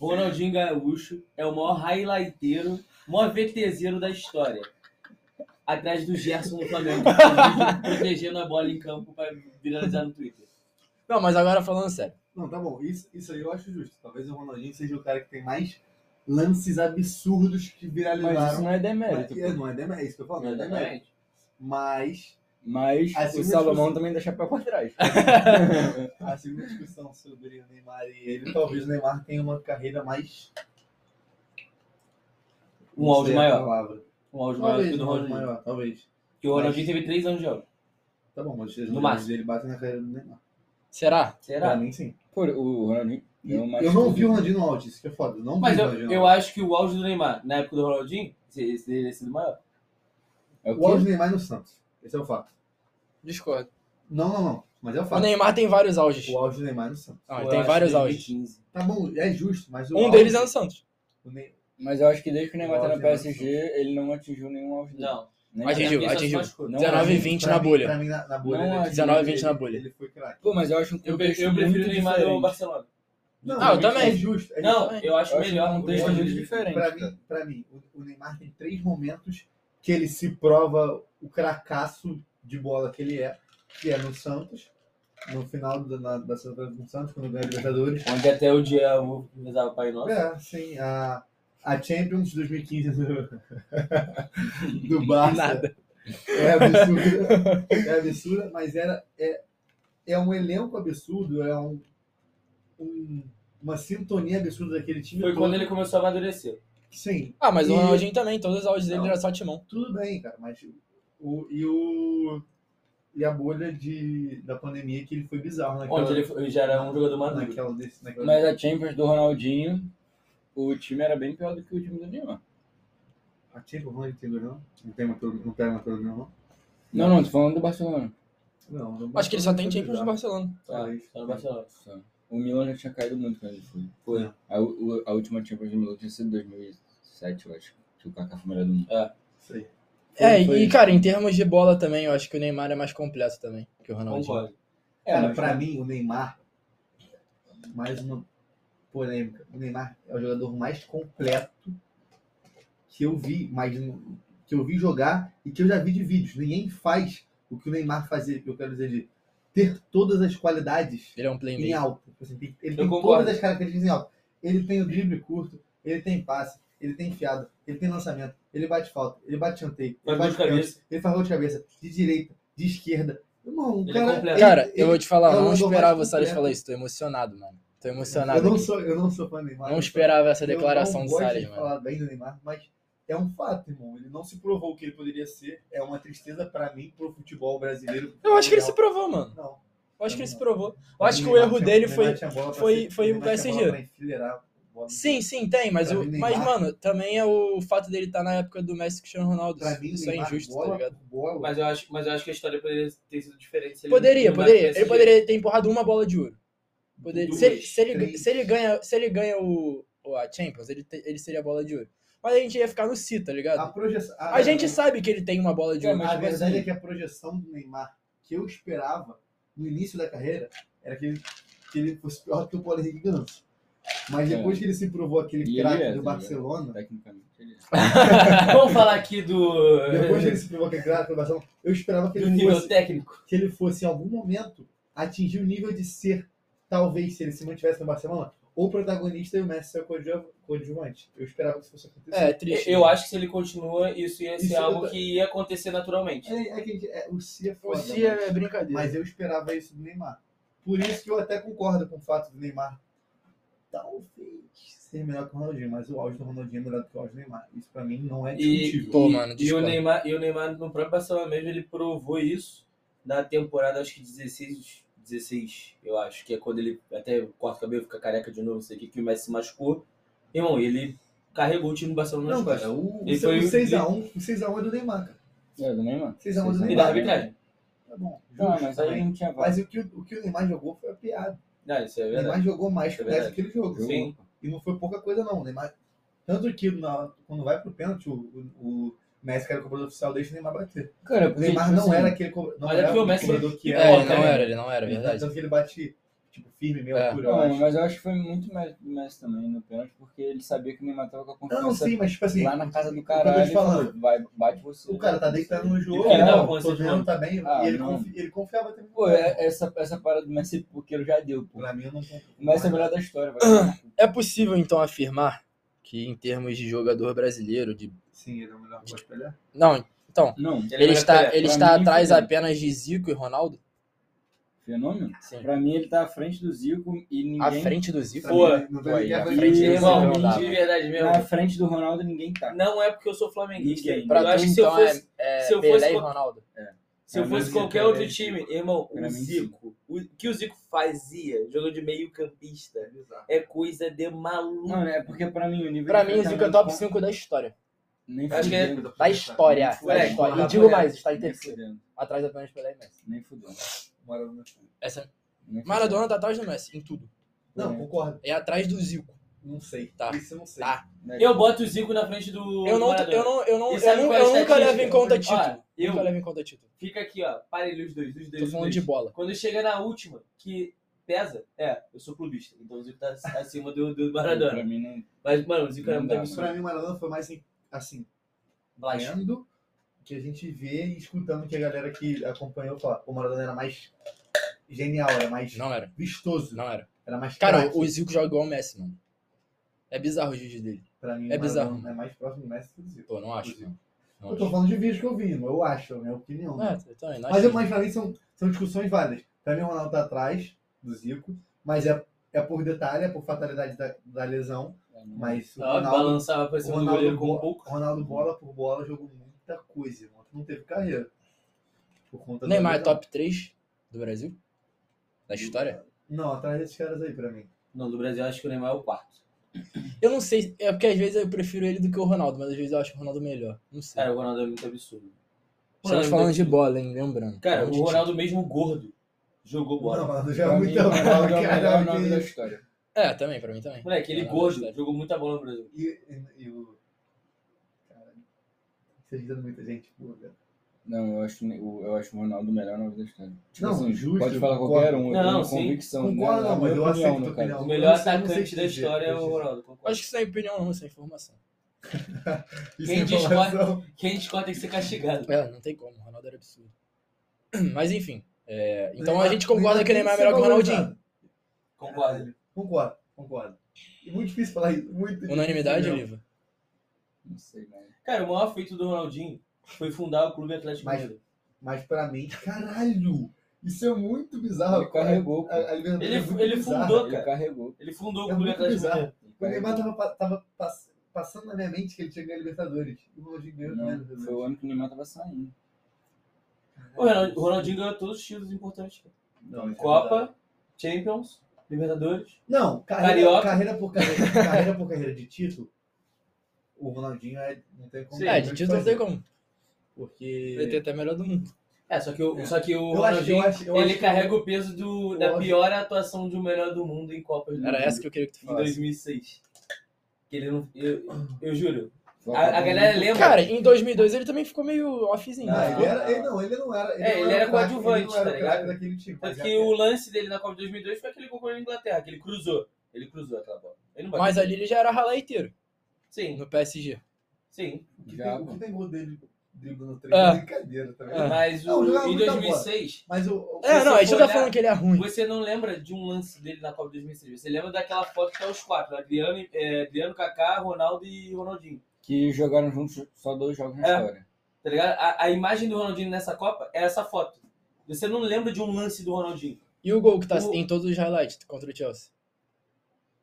Ronaldinho Gaúcho é o maior highlighteiro, maior VTZero da história. Atrás do Gerson no Flamengo, protegendo a bola em campo para viralizar no Twitter.
Não, mas agora falando sério.
Não, tá bom. Isso, isso aí eu acho justo. Talvez o Ronaldinho seja o cara que tem mais lances absurdos que
Mas isso
viralizaram.
não é demérito.
Mas- é, não é demérito, isso que eu falo, não é demérito. Mas
Mas assim,
A segunda
o Salomão
discussão-
também dá chapéu pra trás.
a segunda discussão sobre o Neymar e ele, talvez o Neymar tenha uma carreira mais.
Um
não
auge
sei a
maior.
palavra.
Um auge maior que
Talvez,
o do
um auge
Ronaldinho.
maior, talvez.
Que o
Mas-
Ronaldinho teve três anos de auge.
Tá bom, mas os
No
números
máximo.
dele batem na carreira do Neymar.
Será?
Pra
Será?
mim, sim.
Pô, o Ronaldinho
É
ganhou mais
eu não
que-
vi o Ronaldinho no auge, isso que é foda. eu Não
Mas
vi o
eu,
Ronaldinho no
eu
auge.
acho que o auge do Neymar, na época do Ronaldinho, esse, esse dele é sido maior.
É o
O auge
quê?
do Neymar é no Santos. Esse é o fato.
Discordo.
Não, não, não. Mas é o
O
fato.
Neymar tem vários auges.
O auge do Neymar é no Santos.
Ah,
Eu
ele tem
acho
vários
que
auges.
2015.
Tá bom, é justo, mas o
Um
auge-
deles é no Santos.
o Ney-
Mas eu acho que desde que o Neymar tá
O
na
auge do Neymar
PSG, ele não atingiu nenhum auge. dele.
Não.
Nem-
Até
Atingiu,
porque só se
atingiu.
machucou.
Não,
19 é e
acho-
20
pra
na
mim-
bolha.
Pra mim, na, na bolha.
Não
ele-
acho.
19 e
ele-
20 na bolha.
Ele foi craque.
Pô, mas eu acho um
Eu, pre-
contexto
eu prefiro
muito
o Neymar
diferente.
do Barcelona.
Não,
Ah, eu
mas
também.
É justo. É
Não,
também.
eu acho
Eu acho
melhor.
um
o
contexto
Neymar.
muito diferente.
tipo, Pra
cara.
mim, pra mim, o, o Neymar tem três momentos que ele se prova o cracaço de bola que ele é, que é no Santos, no final da, na, da sua temporada com o Santos, quando ganha a Libertadores.
Onde até o dia um, eu rezava o Pai Nosso.
É, sim, a, a Champions de 2015 do, <laughs> do Barça.
Nada.
É absurda, é absurda, mas era, é, é um elenco absurdo, é um, um- uma sintonia absurda daquele time.
Foi
todo.
quando ele começou a amadurecer.
Sim,
Ah, mas o
E-
Ronaldinho também, todos os auges dele
Não.
era só timão.
tudo bem, cara, mas o, e o e a bolha de, da pandemia que ele foi bizarro naquela,
Onde ele, foi- ele já era um jogador maduro.
naquela, desse, naquela
Mas a Champions do Ronaldinho, o time era bem pior do que o time do Neymar.
a Champions não ele tem dois não, não tem uma não pega uma pelo não.
Não, não, tô falando do Barcelona.
Não, não Ah,
Acho que ele só tem Champions no Barcelona.
Tá,
Talvez.
só no Barcelona.
Só. O Milan já tinha caído muito quando ele foi.
Foi.
A, u- a última Champions do Milan tinha sido em 2007, eu acho. Que o Kaká foi o melhor do mundo.
Sei.
Foi-
é,
foi-
e cara, em termos de bola também, eu acho que o Neymar é mais completo também que o Ronaldinho.
Concordo.
É,
Cara,
mas-
É, pra mim o Neymar mais uma polêmica. O Neymar é o jogador mais completo que eu vi, mas não- que eu vi jogar e que eu já vi de vídeos. Ninguém faz o que o Neymar fazia, que eu quero dizer de ter todas as qualidades
Ele é um
em
playmaker.
alta. Tipo assim, tem- ele
Eu
tem
concordo.
todas as características em alta. Ele tem o drible curto, ele tem passe, ele tem enfiada, ele tem lançamento, ele bate falta, ele bate chanteio, ele
Faz gol
bate
de cabeça.
pênalti, ele faz gol de cabeça, de direita, de esquerda. Irmão, o
Ele é
cara,
completo.
Cara,
ele-
eu vou te falar,
é o
eu não
jogador
esperava o
mais
Salles
completo.
falar isso, tô emocionado, mano. Tô
eu
emocionado.
não
aqui.
sou, eu não sou fã do Neymar.
Não
eu
esperava essa
sou-
declaração
eu
do
não gosto
Salles,
de
mano.
falar bem do Neymar, mas é um fato, irmão. Ele não se provou o que ele poderia ser. É uma tristeza pra mim, pro futebol brasileiro.
Eu acho que ele se provou, mano.
Não.
Eu acho que ele se
Não.
provou. Eu
Pra
acho
mim,
que o
Neymar
erro
tinha-
dele
Neymar um
foi.
tinha bola pra
foi-
ser-
foi o
Neymar tinha
PSG.
bola pra enfileirar a bola.
Sim, sim, tem, mas,
Pra
o,
mim, Neymar-
mas mano, também é o fato dele estar na época do Messi e Cristiano Ronaldo.
Pra mim,
isso é
Neymar,
injusto,
bola
tá ligado?
por bola,
Mas eu, acho, mas eu acho que a história poderia ter sido diferente. se ele
Poderia,
não
poderia.
tivesse
Ele poderia ter empurrado uma bola de ouro. Poderia- se, ele, se, ele,
três.
se ele ganha, se ele ganha o, o- a Champions, ele, te- ele seria a bola de ouro. Mas a gente ia ficar no si, tá
a
ligado?
projeção. A,
A gente sabe que ele tem uma bola de
É,
ouro.
mas
A
tipo
verdade
assim,
Ah, é que a projeção do Neymar que eu esperava no início da carreira era que ele, que ele fosse pior que o Paulo Henrique Ganso. Mas depois
É.
que ele se provou aquele
E ele
craque do
é, tá ligado?
Barcelona,
Tecnicamente ele é.
<laughs> Vamos falar aqui do,
depois que é ele se provou aquele craque do Barcelona, eu esperava que
do
ele,
nível
fosse,
técnico.
que ele fosse em algum momento atingir o nível de ser, talvez, se ele se mantivesse no Barcelona, o protagonista e o Messi ser o coadju- coadjuvante. Eu esperava que isso fosse acontecer.
É, triste.
Eu acho que se ele continua, isso ia ser
Isso-
algo que ia acontecer naturalmente.
É, é que a gente- é, o Si é
O
foda.
si
mas-
é brincadeira.
Mas eu esperava isso do Neymar. Por isso que eu até concordo com o fato do Neymar talvez ser melhor que o Ronaldinho, mas o auge do Ronaldinho é melhor do que o auge do Neymar. Isso pra mim não é
E-
discutível.
Pô, mano,
E o,
discordo.
Neymar, e o Neymar, no próprio Barcelona mesmo, ele provou isso na temporada, acho que 16, 16 eu acho, que é quando ele até corta o cabelo, fica careca de novo, não sei o que, que o Messi se machucou. Irmão, ele carregou o time do Barcelona nas
Não,
costas.
cara, o, o
Ele foi-
6x1 o 6x1 é do Neymar, cara.
É, do Neymar.
Vocês amam um do
E
Neymar. é
da arbitragem.
Tá bom. Justo,
Não, mas
tá
aí
bem.
não tinha
Mas
vaga.
o que, o o que o Neymar jogou foi a piada.
Ah, isso
O
é verdade.
Neymar jogou mais que
É
o Messi
verdade.
naquele jogo.
Jogou. Sim.
E não foi pouca coisa, não. O Neymar... Tanto que na- quando vai pro pênalti, o, o, o Messi, que era o cobrador oficial, deixa o Neymar bater.
Cara,
é, O
porque,
Neymar
tipo
não
assim,
era aquele cobrador. Não
É, Mas é
era
porque o
o
Messi-
cobrador que
É,
É,
era.
ele não era, ele não era,
É
verdade.
Tanto que ele bate, tipo, firme, meio
É.
altura, eu
Não,
acho.
mas eu acho que foi muito mérito do Messi também no pênalti, porque ele sabia que o Neymar tava com a
Não,
confiança
não, sim, mas tipo assim,
lá na casa do
eu tô te
caralho. ele
falando.
falou, vai, bate você.
o cara tá deitado no jogo,
Ele dá um
não,
bom
todo mundo
sentimento.
tá bem,
Ah,
e ele,
não.
confi- ele confiava também.
Pô, é- essa, essa parada do Messi Piqueiro já deu, pô.
Pra mim, eu não confio.
O Messi é o melhor da história,
<coughs>
vai.
É possível, então, afirmar que em termos de jogador brasileiro, de.
Sim, ele é o melhor pra espelhar.
Não, Então,
Não,
ele,
vai
está,
recuperar.
pra
ele está
mim,
atrás
fudeu.
apenas de Zico e Ronaldo?
fenômeno.
Sim.
Pra mim, ele tá à frente do Zico e ninguém.
À frente do Zico?
Pô,
não
Pô, aí, à
vai
frente
ninguém.
do Zico
Irmão,
não dá.
de
mano.
verdade mesmo.
Na frente do Ronaldo, ninguém tá.
Não é porque eu sou flamenguista.
Ninguém.
Eu
Pra tu,
acho que se eu
então, é-
fosse,
é,
se eu
Pelé
fosse
e
co-
Ronaldo.
se eu
Pra
fosse
mim,
qualquer
Zico,
outro
é,
time, irmão,
Pra
o
mim,
Zico, o que o Zico fazia, jogou de meio campista,
Exato.
é coisa de maluco.
Mano, é porque pra mim o nível.
Pra
de
mim, o Zico é
enfrentamento
top
com-
5 da história.
Nem
Acho que é-
fudendo.
Da história. Da
Moleque,
É,
história. E
tá
digo
é
apoiado.
mais, está em
Nem
terceiro.
fudendo.
Atrás apenas Pelé e Messi.
Nem fudendo.
Maradona.
Essa... é
Nem fudendo.
Maradona tá atrás do Messi, em tudo.
Não, concordo.
É atrás do Zico.
Não sei.
Tá.
Isso eu não sei.
Tá.
Moleque,
Eu boto o Zico na frente do.
Eu
do
não,
Maradona.
eu não, eu não,
E
eu,
sabe
nu-
qual é a
eu nunca
estatística?
levo em conta título.
Ó, eu-
Nunca levo em conta título.
Fica aqui, ó, parelhos dois, dos dois.
Tô
dos
falando
dois.
de bola.
Quando chega na última, que pesa, é, eu sou clubista, então o Zico tá <laughs> acima do, do
Pra
Maradona.
mim, não.
Mas, mano, o Zico era
Não
muito
dá,
absurdo.
Pra mim, Maradona foi mais assim, assim
Blasfemo.
vendo o que a gente vê e escutando que a galera que acompanhou fala, o Maradona era mais genial, era mais
Não era,
vistoso,
não era.
era mais
Cara,
craque.
o Zico joga igual o Messi, mano. É bizarro o jiu dele.
pra mim,
é
o Maradona
bizarro.
É mais próximo do Messi que do Zico.
Pô, não acho, não. Não
Eu tô
acho.
falando de vídeos que eu vi, eu acho, é a minha opinião. né?
É, eu também não acho.
mas, eu, mas pra mim são, são discussões válidas. Pra mim, o Ronaldo tá atrás do Zico, mas é, é por detalhe, é por fatalidade da, da lesão.
É, não.
Mas o
Ah,
Ronaldo,
balançava pra
o
cima do
Ronaldo
goleiro com
bo-
um pouco.
Ronaldo bola por bola, jogou muita coisa, irmão. Não teve carreira. Por conta da
Neymar é
lesão.
top 3 do Brasil? Da história?
Não, atrás desses caras aí pra mim.
Não, do Brasil, acho que o Neymar é o quarto.
Eu não sei, é porque às vezes eu prefiro ele do que o Ronaldo, mas às vezes eu acho o Ronaldo melhor. Não sei.
Cara, o Ronaldo é muito absurdo.
Estamos
Ronaldo- é
falando de bola, hein? Lembrando.
Cara,
Falando de
o Ronaldo mesmo gordo jogou bola.
Não, mano, já
Pra
é
mim,
muita
o
bola,
Ronaldo é o melhor
caralho.
nome da
que-
história.
time. É, também, pra mim também.
Moleque, ele
Ronaldo
gordo
é
jogou muita bola no Brasil.
E, e, e o. Caralho. Você ajuda muita gente, pô, cara.
Não, eu acho, o- eu acho o Ronaldo o melhor nome da história. Tipo
Não,
assim,
justo,
Pode falar
concordo.
qualquer um, eu
Não,
tenho
sim.
convicção.
Concordo, não,
né? Na
mas
minha
eu aceito
opinião, no
a
caso.
O
opinião.
melhor
Eu não sei- não sei
atacante
te
da
dizer,
história é
eu
o
sei.
Ronaldo. concordo.
Acho que isso não é opinião, não, isso é informação.
Isso
Quem
é
né?
discorda-
informação.
Quem discorda tem que ser castigado.
É, não tem como, o Ronaldo era absurdo. <clears throat> Mas enfim. é, então a
Neymar-
gente concorda que o Neymar é
tem
melhor que o
ser
Ronaldinho.
valorizado.
Concordo.
Caralho. Concordo, concordo. E muito difícil falar isso. Muito difícil
Unanimidade,
mesmo.
Oliva.
Não sei, velho.
Cara, o maior feito do Ronaldinho foi fundar o Clube Atlético
Mas-
Mineiro.
Mas pra mim, caralho! Isso é muito bizarro.
Ele um carregou, pô.
A, a Libertadores
Ele-
é muito
ele
bizarra.
fundou,
Ele
cara.
carregou.
Ele fundou o
É
Clube
muito
Atlético
bizarro.
Mineiro.
O Neymar tava, pa- tava pass- passando na minha mente que ele tinha ganho a Libertadores. E assim, o Ronaldinho ganhou também a
Não,
Libertadores.
foi o ano que o Neymar tava saindo.
O Ronald- o Ronaldinho ganhou todos os títulos importantes. cara.
Não, isso né? é verdade.
Copa, Champions, Libertadores.
Não, carreira,
Carioca.
carreira por carreira, carreira por carreira de título, o Ronaldinho é, não tem como.
Sim,
é, de título não tem como. Ele tem
Porque.
até melhor do mundo.
É, só que o,
É.
só que o
Eu acho, eu
Ronaldinho,
acho, eu
ele
acho que-
carrega o peso do, da
acho-
pior atuação de um melhor do mundo em Copas do
Era
Mundo,
essa que eu queria que tu
em
falasse.
2006. Que ele não... Eu, eu juro.
Foi
A, a
Copa
galera
do Mundo.
lembra...
Cara, em 2002 ele também ficou meio offzinho.
Não,
né?
ele era, ele, não, ele não era. Ele
É,
não
ele
era
era
o craque,
coadjuvante,
ele não era
tá
o craque
ligado?
daquele time. mas
Tanto
é-
que o lance dele na Copa de 2002 foi aquele gol contra a Inglaterra, que ele cruzou. Ele cruzou aquela bola. Ele não bateu.
Mas ali ele já era ralaiteiro
Sim,
no PSG.
sim.
O que,
Já,
tem, o que
pô.
tem gol dele driblando três
Ah.
É.
é brincadeira, tá ligado?
Mas
Não,
o-
jogava
em
muita
2006,
Mas o. o-
É,
Se
não, a gente
você for
não tá
olhar-
falando que ele é ruim.
você não lembra de um lance dele na Copa de 2006. Você lembra daquela foto que tá os quatro. Adriano, e- é, Adriano, Kaká, Ronaldo e Ronaldinho.
Que jogaram juntos só dois jogos na
É.
história.
Tá ligado? A, a imagem do Ronaldinho nessa Copa é essa foto. Você não lembra de um lance do Ronaldinho.
E o gol que tá
O-
em todos os highlights contra o Chelsea?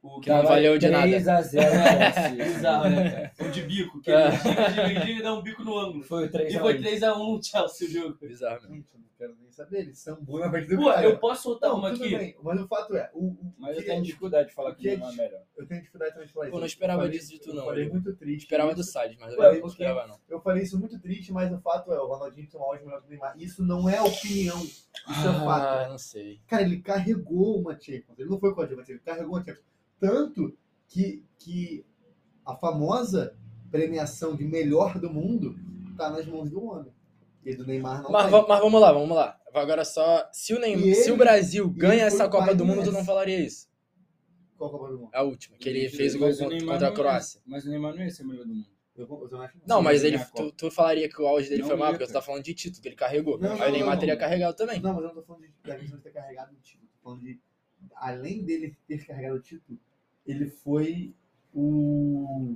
O
Que não valeu de nada. <laughs>
3x0
Bizarro, né, cara? <laughs> O de bico, que
É.
ele gira, gira, gira e dá um bico no ângulo.
Foi o
E foi
3x1.
3x1 o Chelsea o jogo.
Bizarro. né?
Gente, eu não quero nem saber. Ele sambou na frente do
É. Pô,
cara.
eu posso soltar
Não,
uma
tudo
aqui?
bem, mas o fato é, o, o
Mas eu
que-
tenho dificuldade de falar que
que
o Neymar é
é
melhor.
eu tenho dificuldade também de falar
Pô,
isso.
não esperava
Eu falei-
disso de tu, não,
Eu falei
Rodrigo.
muito triste.
Esperava do
isso.
Salles, mas
Ué,
eu não
porque-
esperava não.
Eu falei isso muito triste, mas o fato é, o Ronaldinho tem uma ótima melhor que o Neymar. Isso não é opinião, isso
Ah.
é fato.
não sei.
Cara, ele carregou uma Champions. Ele não foi coadjuvante, ele carregou uma Champions. Tanto que, que a famosa premiação de melhor do mundo tá nas mãos do homem. E do Neymar não
Mas,
tem.
va- mas vamos lá, vamos lá. Agora só. Se o, Neymar,
E
se o
ele-
Brasil
ele
ganha
foi
essa Copa
pai
do
do
Mundo, tu
Messi.
não falaria isso.
Qual é a Copa do Mundo?
A última, que ele
Mas
fez o gol
Neymar né?
contra,
não
contra a
ia-
Croácia.
Mas o Neymar não ia ser o melhor do mundo.
Eu, eu, eu acho que
Não,
Sim,
mas
ele
ele,
ganha a
tu, tu falaria que o auge dele
Não
foi maior,
ia,
porque tu
cara.
tá falando de título, que ele carregou.
Não,
Aí o
não,
Neymar
não,
teria
não.
carregado também.
Não, mas eu não tô falando de, da questão de ter carregado o título. Tô falando de. Além dele ter carregado o título, ele foi o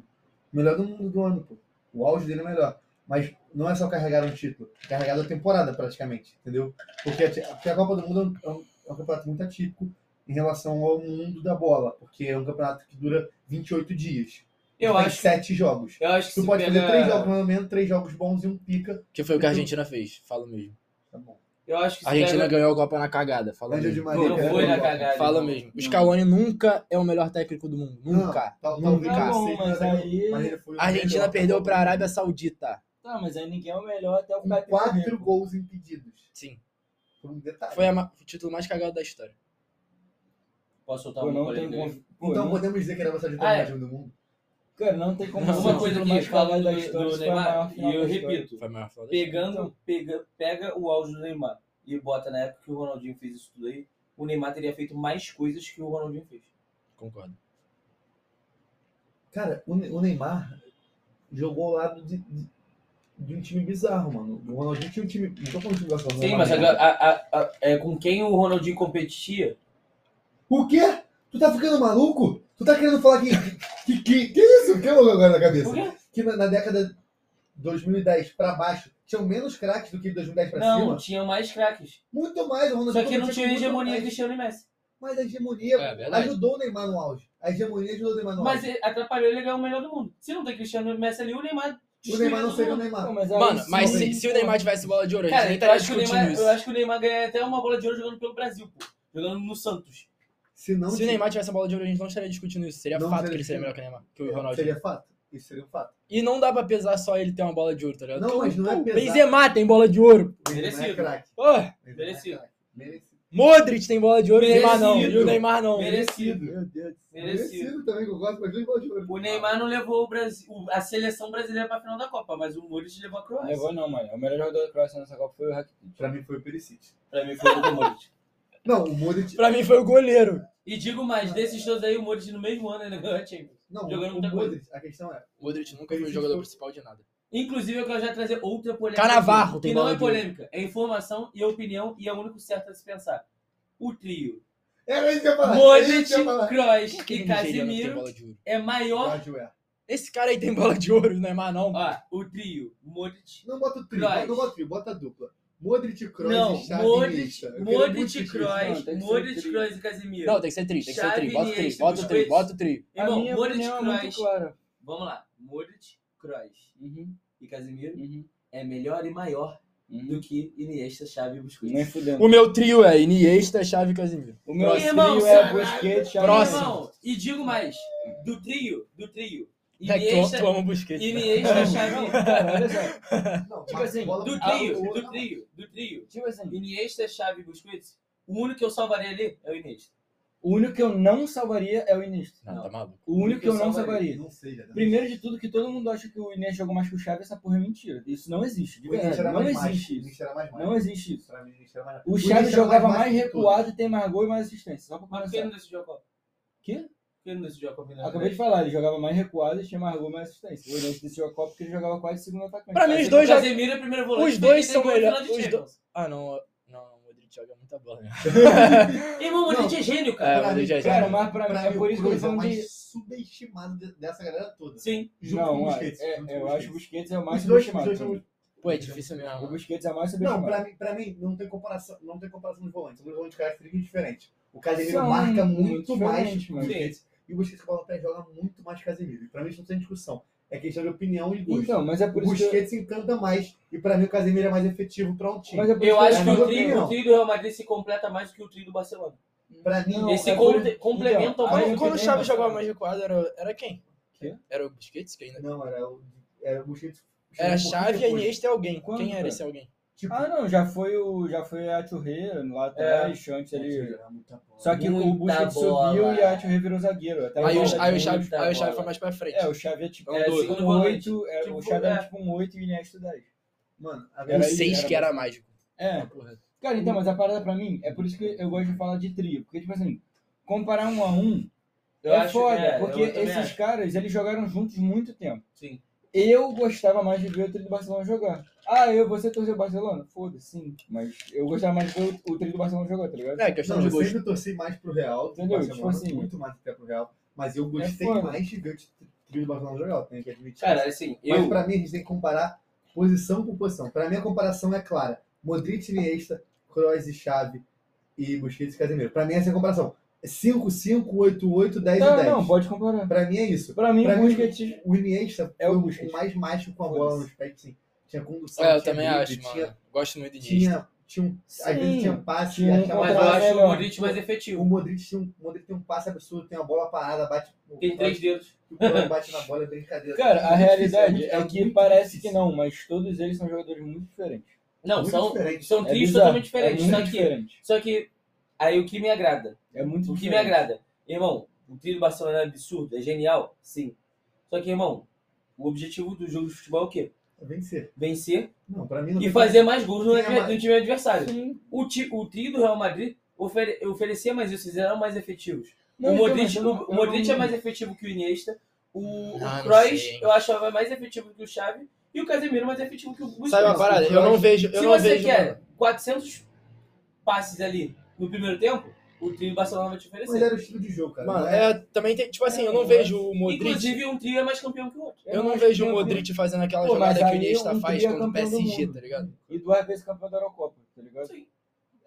melhor do mundo do ano, pô. O auge dele é melhor. Mas não é só carregar um título, é carregar a temporada praticamente, entendeu? Porque a, ti- porque a Copa do Mundo é um, é um campeonato muito atípico em relação ao mundo da bola, porque é um campeonato que dura 28 dias.
Eu
tem
acho,
sete jogos.
eu acho que
Tu
se
pode fazer
pega-
três um. jogos no momento, três jogos bons e um pica.
Que foi o que a Argentina fez, falo mesmo.
Tá bom.
Eu acho que se
A Argentina
pega...
ganhou a Copa na cagada, falo
Ângelo de
mesmo.
Maria.
Não
cara,
foi
eu
na
gosto.
cagada.
Fala
não.
mesmo. O
Não.
Scaloni nunca é o melhor técnico do mundo.
Não,
Nunca.
tal-
Nunca.
talvez
Tá bom,
aceite,
mas aí-
mas ele foi o
A Argentina
melhor.
perdeu pra Arábia Saudita.
Tá, mas aí ninguém é o melhor até o
Um
com
cara ter
quatro
morrido.
gols impedidos.
Sim.
Por um detalhe.
Foi a ma- o título mais cagado da história.
Posso soltar
Pô,
uma
não
polêmica
tem
aí?
como. Pô,
Então
não-
podemos dizer que era você de
Ah, é.
mais time do mundo?
Cara, não tem como.
Não,
ser o
Uma coisa
título
que
mais
eu falo
falado
do,
da história.
do
se for a maior
Neymar,
final
e eu
da história.
repito,
Foi a maior final da história.
pegando, pega, pega o áudio do Neymar e bota na época que o Ronaldinho fez isso tudo aí, o Neymar teria feito mais coisas que o Ronaldinho fez.
Concordo.
Cara, o Ne- o Neymar jogou ao lado de, de- de um time bizarro, mano. O Ronaldinho tinha um time. Não tô falando de é time bizarro, não,
Sim, mas
não.
agora, a- a- a- é, com quem o Ronaldinho competia,
O quê? Tu tá ficando maluco? Tu tá querendo falar que. Que, que, que isso? Que louco agora na cabeça?
Por quê?
Que na, na década de 2010 pra baixo tinham menos craques do que de 2010 pra
não,
cima?
tinha mais craques.
Muito mais, o Ronaldinho.
Só que não tinha
muito
hegemonia
mais.
Cristiano e Messi.
Mas a hegemonia
É, verdade.
ajudou o Neymar no auge. A hegemonia ajudou o Neymar no
Mas
auge.
ele- atrapalhou ele ganhar o melhor do mundo. Se não tem Cristiano e Messi ali, o Neymar.
O Neymar não seria o
destruiu todo mundo.
Neymar.
Pô, mas aí
Mano,
sim,
mas é se,
aí,
se o
pô,
Neymar tivesse bola de ouro, a gente
Cara,
nem
eu
estaria
acho, que o
discutindo
Neymar,
isso.
eu acho que o Neymar ganha até uma bola de ouro jogando pelo Brasil, pô. Jogando no Santos.
Se não
Se o
tinha-
Neymar tivesse a bola de ouro, a gente não estaria discutindo isso. Seria
Não
fato
seria
que ele seria
discutido.
melhor que o Neymar, que o Ronaldinho.
Seria fato? Isso seria um fato.
E não dá pra pesar só ele ter uma bola de ouro, tá ligado?
Não, mas não é
Pô,
pesar.
Benzema tem bola de ouro.
Merecido.
É craque.
Pô,
Benzema
Merecido.
É craque. Merecido.
Modric tem bola de ouro e o Neymar não. E o
Merecido.
Neymar não.
Merecido.
Meu Deus. do céu.
Merecido.
também, concordo com as duas bolas de ouro.
O Neymar não levou o Brasil, o- a seleção brasileira pra final da Copa, mas o Muric levou a
Não
Croácia.
levou não, mano. O melhor jogador da Croácia nessa Copa foi o Rakitic.
Pra mim foi o Perisic.
Pra mim foi o do Muric.
Não, o Modric.
Pra mim foi o goleiro.
E digo mais, desses todos aí, o Muric no mesmo ano ele ganhou a Champions.
Não,
Jogando
o
muita coisa.
Modric. A questão é.
Modric nunca foi
Ele
o
ficou-
jogador principal de nada.
Inclusive, eu quero já trazer outra polêmica.
Canavarro
aqui,
tem
Que não
bola
é
de ouro.
polêmica, é informação e é opinião e é o único certo a se pensar. O trio
Era isso que eu ia falar. era
Modric,
isso que eu ia falar.
Por
Kroos
que
e
que nigeriano tem
Casemiro
bola de ouro?
é maior.
Jorge Weah.
Esse cara aí tem bola de ouro, o Neymar não.
Ó, o trio Modric.
Não bota o trio,
Kroos.
não bota o trio, bota a dupla. Modric, Kroos
Não,
e Xavi
Modric,
Iniesta. Eu quero muito
Modric,
isso.
Não,
Kroos,
tem que ser
Modric,
trio.
Kroos e Casemiro.
Não, tem que ser tri, tem que ser
Xavi,
tri. Bota o tri,
Iniesta,
bota o tri,
Busquets.
bota o tri.
A
Irmão,
minha
Modric,
opinião é muito
Kroos.
clara.
Vamos lá. Modric, Kroos
Uhum,
e Casemiro
uhum,
é melhor e maior
uhum.
do que Iniesta, Xavi e Busquets.
Nem fudendo.
O meu trio é Iniesta, Xavi e Casemiro.
O meu
Irmão,
trio é
caralho.
Busquets, Xavi.
Próximo.
Irmão, e digo mais, do trio, do trio,
É que tu,
Iniesta,
tu ama o Busquets. né?
Iniesta,
<laughs>
Xavi,
Cara, olha só.
Não,
Tipo
mas
assim,
bola-
do
Ah,
trio,
o-
do trio, do trio,
Tipo assim,
Iniesta, Xavi e Busquets, o único que eu salvaria ali é o Iniesta.
o único que eu não salvaria é o Iniesta.
Não, tá maluco.
O único que eu não salvaria.
Não sei, já.
Primeiro de tudo, que todo mundo acha que o Inês jogou mais que o Xavi, essa porra é mentira. Isso não existe, de
O Iniesta
verdade.
era
É, Não
mais
existe
mágico, o
isso.
Iniesta era mais
Não
mágico.
existe isso.
Pra mim, o Iniesta era mais
O
mágico.
Xavi
Iniesta era
jogava mais
mágico que tudo.
recuado e tem mais gol e mais assistência. Só pra
Mas por que ele
começar.
não decidiu a Copa?
Quê?
Por que ele não decidiu a Copa?
Eu Acabei de falar, ele jogava mais recuado e tinha mais gol e mais assistência. O Inês decidiu a Copa é porque ele jogava quase segundo atacante.
Pra mim,
Mas
os dois já-
Casemiro é primeiro volante.
Os dois
tem
são
gol na
melhores-
final de
os
Champions.
Ah, não. Não, o Modric joga muita bola. né?
Irmão, o Modric é gênio,
É,
cara.
o Modric é
Cara,
gênio.
mas pra mim,
Pra
é
mim,
por isso que eu tô
Kroos é o
falando de...
mais subestimado de- dessa galera toda.
Sim.
Junto
não,
com o
é-
Busquets,
é-
junto com
eu
o
acho que o
Busquets.
Busquets é o mais
Os dois- os
subestimado.
dois
pra
são-
mim.
Pô, é difícil mesmo.
O Busquets é o mais
Não,
subestimado.
pra mim, pra mim não tem comparação, não tem comparação de volantes. São dois volantes de características diferentes. O Casemiro
São
marca
muito
muito mais
diferentes,
que o
mano.
Busquets. E o Busquets com a bola no pé joga muito mais que o Casemiro. E pra mim isso não tem discussão. É questão de opinião e gosto.
Então, mas é
o
por isso que... eu-
Busquets encanta mais. E pra mim o Casemiro é mais efetivo pra um time.
Mas é por isso
Eu acho que
É a
o
minha
trio,
opinião.
o trio do Real Madrid se completa mais do que o trio do Barcelona.
Pra mim,
Não,
Esse
é por-
conte- complementa o
aí eu
Bayern.
Quando, quando o
também,
Xavi
mas-
jogava mais recuado, era, era quem?
Quê?
Era o Busquets? Que ainda...
Não, era o, era o Busquets.
Era
chegou um pouquinho
Xavi, a
depois.
Iniesta e alguém.
Quando,
Quem era
cara?
esse alguém?
Tipo,
Ah, não, já foi o já foi a Churré lá atrás, antes ali.
era muita bola.
Só que o
É. Muita
Busquets
bola.
subiu e a Churré virou zagueiro. Até
Aí
o
o,
Xavi-
aí o Xavi,
muita
aí o Xavi
bola.
foi mais pra frente.
É, o Xavi é tipo
É,
um
segundo
dois, um
volante.
oito, é,
Tipo,
o Xavi
é.
era tipo um 8 e o Iniesta 10.
Mano, a
um
era-
seis
era-
que era mágico.
É. Cara, então, mas a parada pra mim, é por isso que eu gosto de falar de trio. Porque, tipo assim, comparar um a um
Eu
é
acho-
foda.
é,
porque
eu também
esses
acho.
caras, eles jogaram juntos muito tempo.
Sim.
Eu gostava mais de ver o trio do Barcelona jogar. Ah, eu, você torceu o Barcelona? Foda-se, sim. Mas eu gostava mais de ver o, o trio do Barcelona jogar, tá ligado?
É, questão
Não,
de
eu
gosto.
sempre torci mais pro Real, do
Entendeu?
Barcelona,
Tipo assim, é
muito mais até pro Real, mas eu gostei
foda.
mais de ver o tri- trio do Barcelona jogar, eu tenho que admitir.
Cara, assim,
mas
eu...
pra mim a gente tem que comparar posição por posição. Para mim, a comparação é clara. Modric, Iniesta, Kroos e Xavi e Busquets e Casemiro. Para mim, essa é a comparação. É 5, 5, 8, 8, 10 e
Não,
10.
não, pode comparar.
Para mim, é isso.
Pra mim,
É Pra
o
mim,
Busquets...
O Iniesta
É o
foi um
Busquets.
mais macho com a bola nos pés, assim. Tinha condução,
É, eu
tinha
também
drible,
acho,
tinha,
mano. Gosto muito de Iniesta.
tinha, tinha um, Às
Sim.
vezes tinha passe,
Tinha um
achava
Mas eu
Contrato
acho
melhor.
o Modric mais
O
efetivo.
Modric tem um, o Modric tem um passe absurdo, tem uma bola parada, bate. o
Tem três
é
dedos.
o Kroos bate na bola, é brincadeira.
Cara,
É
a
muito difícil,
realidade
muito-
é que
muito
parece que
difícil.
não, mas todos eles são jogadores muito diferentes.
Não,
Muito
são,
diferente.
são
É
trios
bizarro,
totalmente
É
diferentes.
muito
só, que,
diferente.
só que aí o que me agrada?
É muito
O que me
diferente.
agrada, irmão, o trio do Barcelona é absurdo, é genial, sim. Só que, irmão, o objetivo do jogo de futebol é o quê?
Vencer.
Vencer
Não, pra mim não
e
tem-
fazer mais gols no,
Quem é
adver-
mais?
no time adversário.
Sim.
O, ti, o trio do Real Madrid ofere- oferecia mais isso, eles eram mais efetivos.
Não,
o
então,
Modric,
mas eu não-
o- o
eu
Modric
não-
é mais efetivo que o Iniesta. O,
Ah, não
o Kroos
sei, hein.
eu achava mais efetivo que o Xavi. E o Casemiro mais efetivo que o Busquets.
Sabe uma parada? Eu não vejo. Eu
Se
não
você
vejo
quer 400 passes ali no primeiro tempo, o trio do Barcelona vai te
Mas
oferecer.
era o estilo de jogo, cara.
Mano,
Não é-
é, também tem. Tipo assim,
É,
eu não
eu
vejo o Modric.
Inclusive, um trio é mais campeão que o outro.
Eu não
acho que
vejo
tem
o
algum-
Modric fazendo aquela
Pô, mas
jogada que o
aí
Iniesta
um
faz
trio é
contra o
campeão do
PSG,
mundo.
tá ligado?
E duas vezes campeão da Eurocopa, tá ligado?
Sim.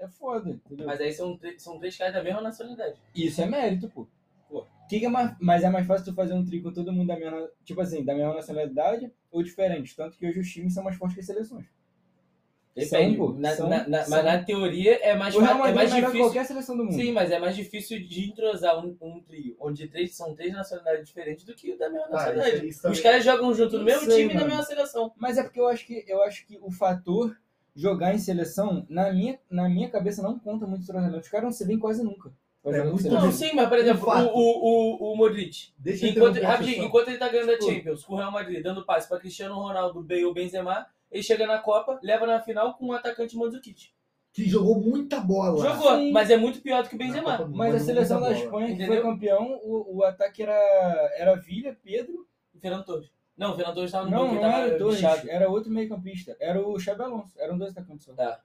É foda, entendeu?
Mas aí são, tre- são três caras da mesma nacionalidade.
Isso é mérito, pô.
Pô.
Que que é mais, mas é mais fácil tu fazer um tri com todo mundo da mesma, tipo assim, da mesma nacionalidade ou diferente. Tanto que hoje os times são mais fortes que as seleções.
Depende.
São, pô.
Na-
São,
na- na-
são.
Mas na teoria é mais,
o
fa-
Real
é
Madrid é
mais
melhor que
difícil.
qualquer um. seleção do mundo.
Sim, mas é mais difícil de entrosar um, um trio, onde três, são três nacionalidades diferentes do que
Ah,
da mesma
Cara,
nacionalidade.
isso- isso também-
Os caras jogam junto no
Não
mesmo
sei,
time e na
mano.
mesma seleção.
Mas é porque eu acho que eu acho que o fator jogar em seleção, na minha, na minha cabeça, não conta muito entrosamento. Os caras não se veem quase nunca. né? pra
É
jogar com
muito
seleção.
Não, sim, mas, por exemplo,
fato.
o, o, o, o Modric.
Deixa eu
Enquanto,
interromper a
rapidinho,
sessão.
enquanto ele tá ganhando a
Desculpa.
Champions com o Real Madrid, dando passe pra Cristiano Ronaldo, Bale ou Benzema, ele chega na Copa, leva na final com o atacante Mandzukic.
Que jogou muita bola.
Jogou,
Sim.
mas é muito pior do que o
Na
Benzema.
Copa do Mundo,
Mas a
muita
seleção da
bola.
Espanha, que foi
Entendeu?
campeão, o, o ataque era, era Villa, Pedro.
E Fernando Torres. Não, o Fernando Torres tava no
Não,
banco,
não
ele tava
era o Torres,
bichado.
era outro meio-campista. Era o Xabi Alonso, eram dois atacantes só.
Tá.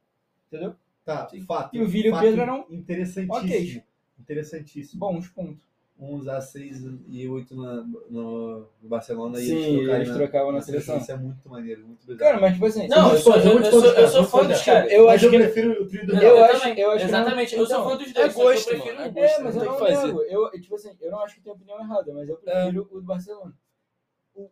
Entendeu?
Tá,
Sim.
fato.
E o Vila e o
fato
Pedro eram
Interessantíssimo.
ok.
Interessantíssimo.
bons Tipo, pontos.
Uns A6 e 8 na, no, no Barcelona e
Sim,
eles trocaram,
eles trocavam na seleção.
Isso é muito maneiro, muito bizarro.
Cara, mas tipo assim,
Não, eu sou,
Eu
eu,
vou te
sou,
contar,
eu
vou
sou
te
fã dos
contar.
caras.
eu
Mas
acho que. tá
prefiro o trio do
Não,
eu
eu
acho-
também.
eu acho que não-
Exatamente, eu sou
então,
fã dos
É
dois. só que
gosto,
eu
mano.
prefiro
É
um.
gosto.
É, mas
não tem
eu
o
não
que fazer.
nego. Eu, tipo assim, eu não acho que tem opinião errada, mas eu prefiro o do Barcelona.
O- o-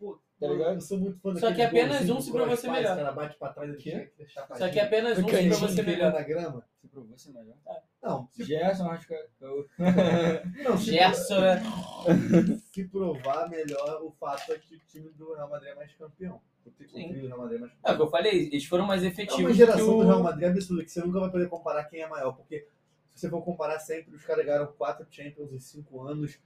pô,
Tá ligado?
Eu sou muito fã
Só
daqueles
que apenas
golzinhos
um
do
se provou
cross
ser
pass,
melhor.
O cara bate pra trás e
Quê?
tira aquele chapadinho.
Só que apenas um
O
se pra
cantinho
você
Cantinho
melhor.
na grama.
Se provou ser melhor.
Não, se,
Gerson, acho que. eu-
não se,
Gerson, né?
se provar melhor, o fato é que o time do Real Madrid é mais campeão. O tri- o
Sim.
trio do Real Madrid é mais
É o que
campeão.
eu falei, eles foram mais
É
efetivos.
uma geração
que o...
do Real Madrid absurda, que você nunca vai poder comparar quem é maior, porque se você for comparar sempre, os caras ganharam quatro Champions em cinco anos,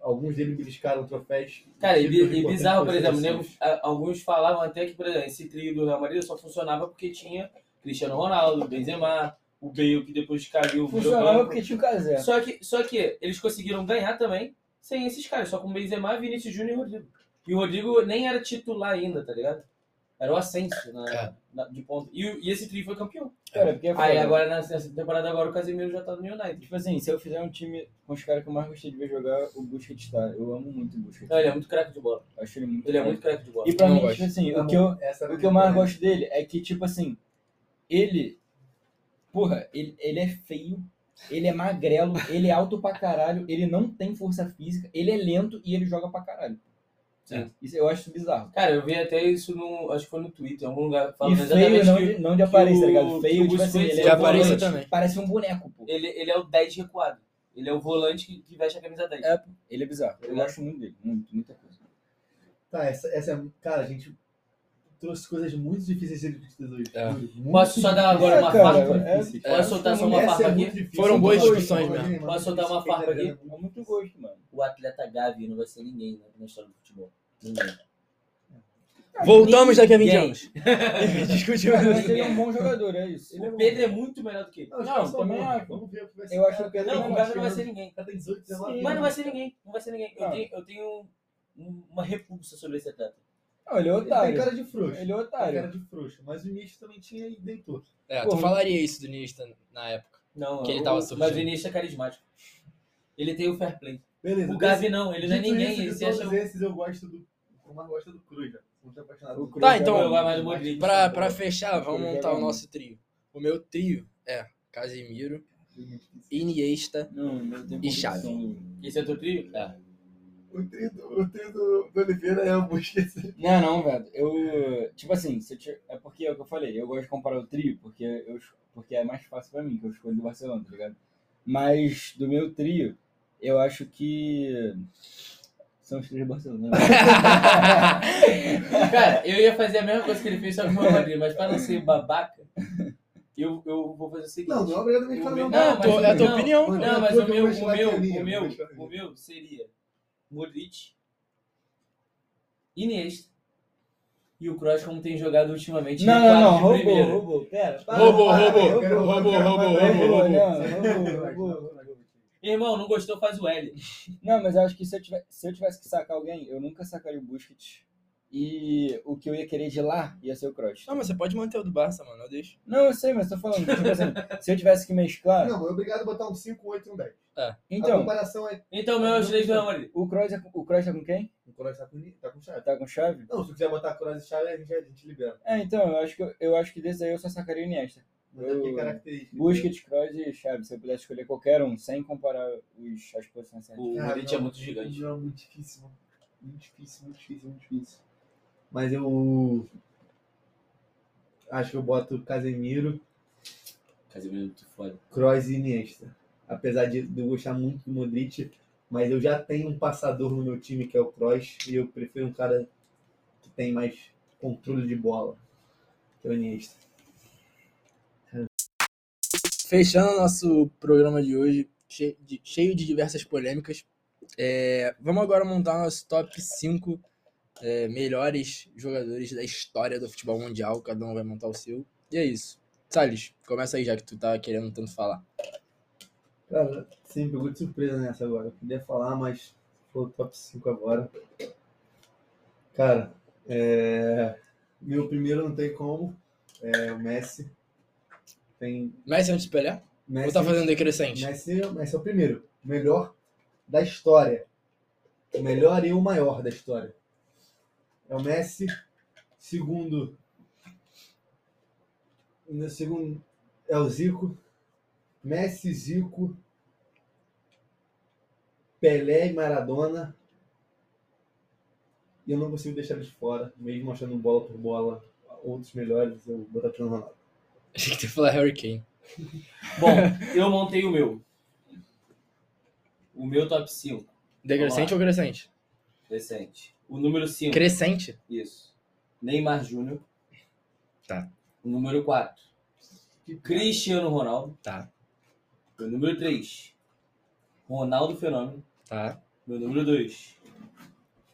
alguns deles beliscaram troféus.
Cara, e, bi-
títulos
e
importantes
bizarro, por
para as
exemplo, nego,
seleções.
a- alguns falavam até que, por exemplo, esse trio do Real Madrid só funcionava porque tinha Cristiano Ronaldo, Benzema, o Bale, que depois caiu, virou
Funcionava
banco.
porque tinha o Casé.
Só que, só que eles conseguiram ganhar também sem esses caras, só com Benzema, Vinícius Júnior e Rodrigo. E o Rodrigo nem era titular ainda, tá ligado? Era o Ascenso na,
É.
na- de ponto. E, o- e esse trio foi campeão.
Cara, porque
Aí
foda.
agora, nessa nessa temporada agora, o Casemiro já tá no United.
Tipo assim, se eu fizer um time com os caras que eu mais gostei de ver jogar, o Busquets tá. Eu amo muito o Busquets.
Não, ele é muito craque de bola.
Acho ele muito.
Ele é
bom.
muito craque de bola.
E pra
Não
mim,
gosto.
tipo assim,
Tá
o que
bom,
eu,
essa era a
o que
minha
eu mais
opinião.
gosto dele é que, tipo assim, ele. Porra, ele, ele é feio, ele é magrelo, ele é alto pra caralho, ele não tem força física, ele é lento e ele joga pra caralho.
Sim.
Isso eu acho bizarro.
Cara, eu vi até isso no. Acho que foi no Twitter, em algum lugar.
e
Falando
feio
exatamente
não,
que
de, não de aparência,
que
tá
o-
ligado?
que o
Feio, tipo assim,
Busquets
ele
De
é
aparência
volante,
também.
parece um boneco, pô.
ele, ele é o 10 recuado. Ele é o volante que, que veste a camisa 10.
É. Ele é bizarro. Eu
Ele é-
gosto muito dele, muito, muita coisa.
Tá, essa, essa é. Cara, a gente trouxe coisas muito difíceis de discutir hoje.
É.
Juro, muito
Posso só dar agora
É,
uma
cara,
farpa?
é-
difíceis.
Posso soltar só uma
Essa
farpa
é
aqui?
muito difícil.
Foram boas
Posso-
discussões
Posso-
mesmo.
Posso soltar uma
Quem tá
farpa aqui?
ganhando
É muito gosto, mano.
O atleta Gavi não vai ser ninguém né, na história do futebol. Ninguém.
Voltamos daqui a 20
Ninguém.
anos. <laughs> Discutimos.
Cara, mas ele é um <laughs> bom jogador, é isso.
O Pedro é muito melhor do que ele.
Não, os
Não,
caras são
também
bons.
é,
acho.
Vamos ver o que vai ser.
Eu é acho que o Pedro
Não, o Gavi não vai ser ninguém.
O né? cara tem 18, 19.
Sim.
Mas não vai ser ninguém. Não vai ser ninguém. Eu
Ah.
tenho, eu tenho um- uma repulsa sobre esse atleta.
Não, ele é
Ele tem
otário.
cara de frouxo.
Ele é
Tem cara
otário.
de frouxo. Mas o Nietzsche também tinha e deitou.
É,
Pô,
tu falaria isso do Nista na época.
Não,
Que ele
o-
tava
o, mas
surgindo.
o Vinícius é carismático. Ele tem o fair play.
Beleza.
O Gavi não, ele não é
Dito
ninguém.
isso, de
Ele se
todos
acha. um
esses eu gosto do. Eu mais gosto do Cruz, né? Não tô apaixonado.
O
por-
Kroos
Tá, então,
é
Jogar mais
bom.
no Modric.
Pra, pra fechar,
Acho que
vamos
ele um
montar
joga
o
muito.
nosso trio. O meu trio é Casemiro, Iniesta.
Não, meu tempo
E Xavi.
Esse é teu trio? É.
O trio do, o trio do, do Oliveira é o <laughs> Busquets.
Não, não, velho. Eu. Tipo assim, se eu ti- é porque é o que eu falei, eu gosto de comparar o trio, porque, eu, es- porque é mais fácil pra mim, que eu escolho do Barcelona, tá ligado? Mas do meu trio, eu acho que. São os três do <laughs> Barcelona.
Cara, eu ia fazer a mesma coisa que ele fez, só que foi o Madrid, mas pra não ser um babaca, eu, eu vou fazer o seguinte.
Não, não é obrigatoriamente
O
falar
meu-
não.
Não,
mas
tô-
o
é a tua
meu-
opinião.
Mano,
Não,
eu
mas
tô
o
que eu
meu,
vou
o
chamar
meu,
Carinha,
o meu,
vou chamar
o meu seria Modric, Iniesta e o Kroos como tem jogado ultimamente.
não,
no
não,
quarto
não,
de
roubou,
primeira.
roubou. Pera, para.
Roubou,
para,
roubou,
eu quero-
roubou,
eu quero
roubou, roubou,
matar ele.
roubou.
Não, roubou, roubou.
Irmão, não gostou, faz o L.
Não, mas eu acho que se eu, tivesse, se eu tivesse que sacar alguém, eu nunca sacaria o Busquets. E o que eu ia querer de lá ia ser o Kroos.
Não, mas você pode manter o do Barça, mano, eu deixo.
Não, eu sei, mas tô falando. Tipo assim,
<laughs>
se eu tivesse que mesclar.
Não, é obrigado a botar um 5, 8 e um 10. a
Então,
comparação é.
Então, meu, os três do Real Madrid.
o Kroos, é, com- o Kroos tá com quem?
O Cross tá com, tá com chave.
Tá com chave?
Não, se quiser botar Cross e chave, a gente, a gente libera.
É, então, eu acho que, eu- eu acho que desse aí eu só sacaria o Iniesta.
Mas é porque é
Eu-
característica.
Busquets, Kroos e chave. Se eu pudesse escolher qualquer um, sem comparar os, as posições certas.
O
Cara,
Modric
não.
é muito gigante.
Não, muito difícil, mano. Muito difícil, muito difícil, muito difícil. Mas eu. Acho que eu boto Casemiro,
Casemiro é muito foda.
Kroos e Iniesta. Apesar de de eu gostar muito do Modric, mas eu já tenho um passador no meu time que é o Kroos e eu prefiro um cara que tem mais controle de bola, que é o Iniesta.
Fechando o nosso programa de hoje, che- de- cheio de diversas polêmicas, é, vamos agora montar nosso top 5 é, melhores jogadores da história do futebol mundial. Cada um vai montar o seu. E é isso. Salles, começa aí, já que tu tá querendo tanto falar.
Cara, você me pegou de surpresa nessa agora. Eu queria falar, mas foi o top 5 agora. Cara, é... meu primeiro não tem como. É o Messi. Tem.
Messi antes de Pelé? Ou
Messi,
tá fazendo decrescente?
Messi, Messi é o primeiro. O melhor da história. O melhor e o maior da história. É o Messi. Segundo. No segundo é o Zico. Messi, Zico. Pelé e Maradona. E eu não consigo deixar eles fora, mesmo achando bola por bola outros melhores, eu vou botar o Cristiano Ronaldo.
Achei que tu ia falar Harry Kane.
Bom, eu montei o meu. O meu top 5,
Decrescente ou crescente?
decente. O número 5.
Crescente?
Isso. Neymar Júnior.
Tá.
O número 4. Cristiano Ronaldo.
Tá,
Meu número 3. Ronaldo Fenômeno.
tá.
Meu número 2.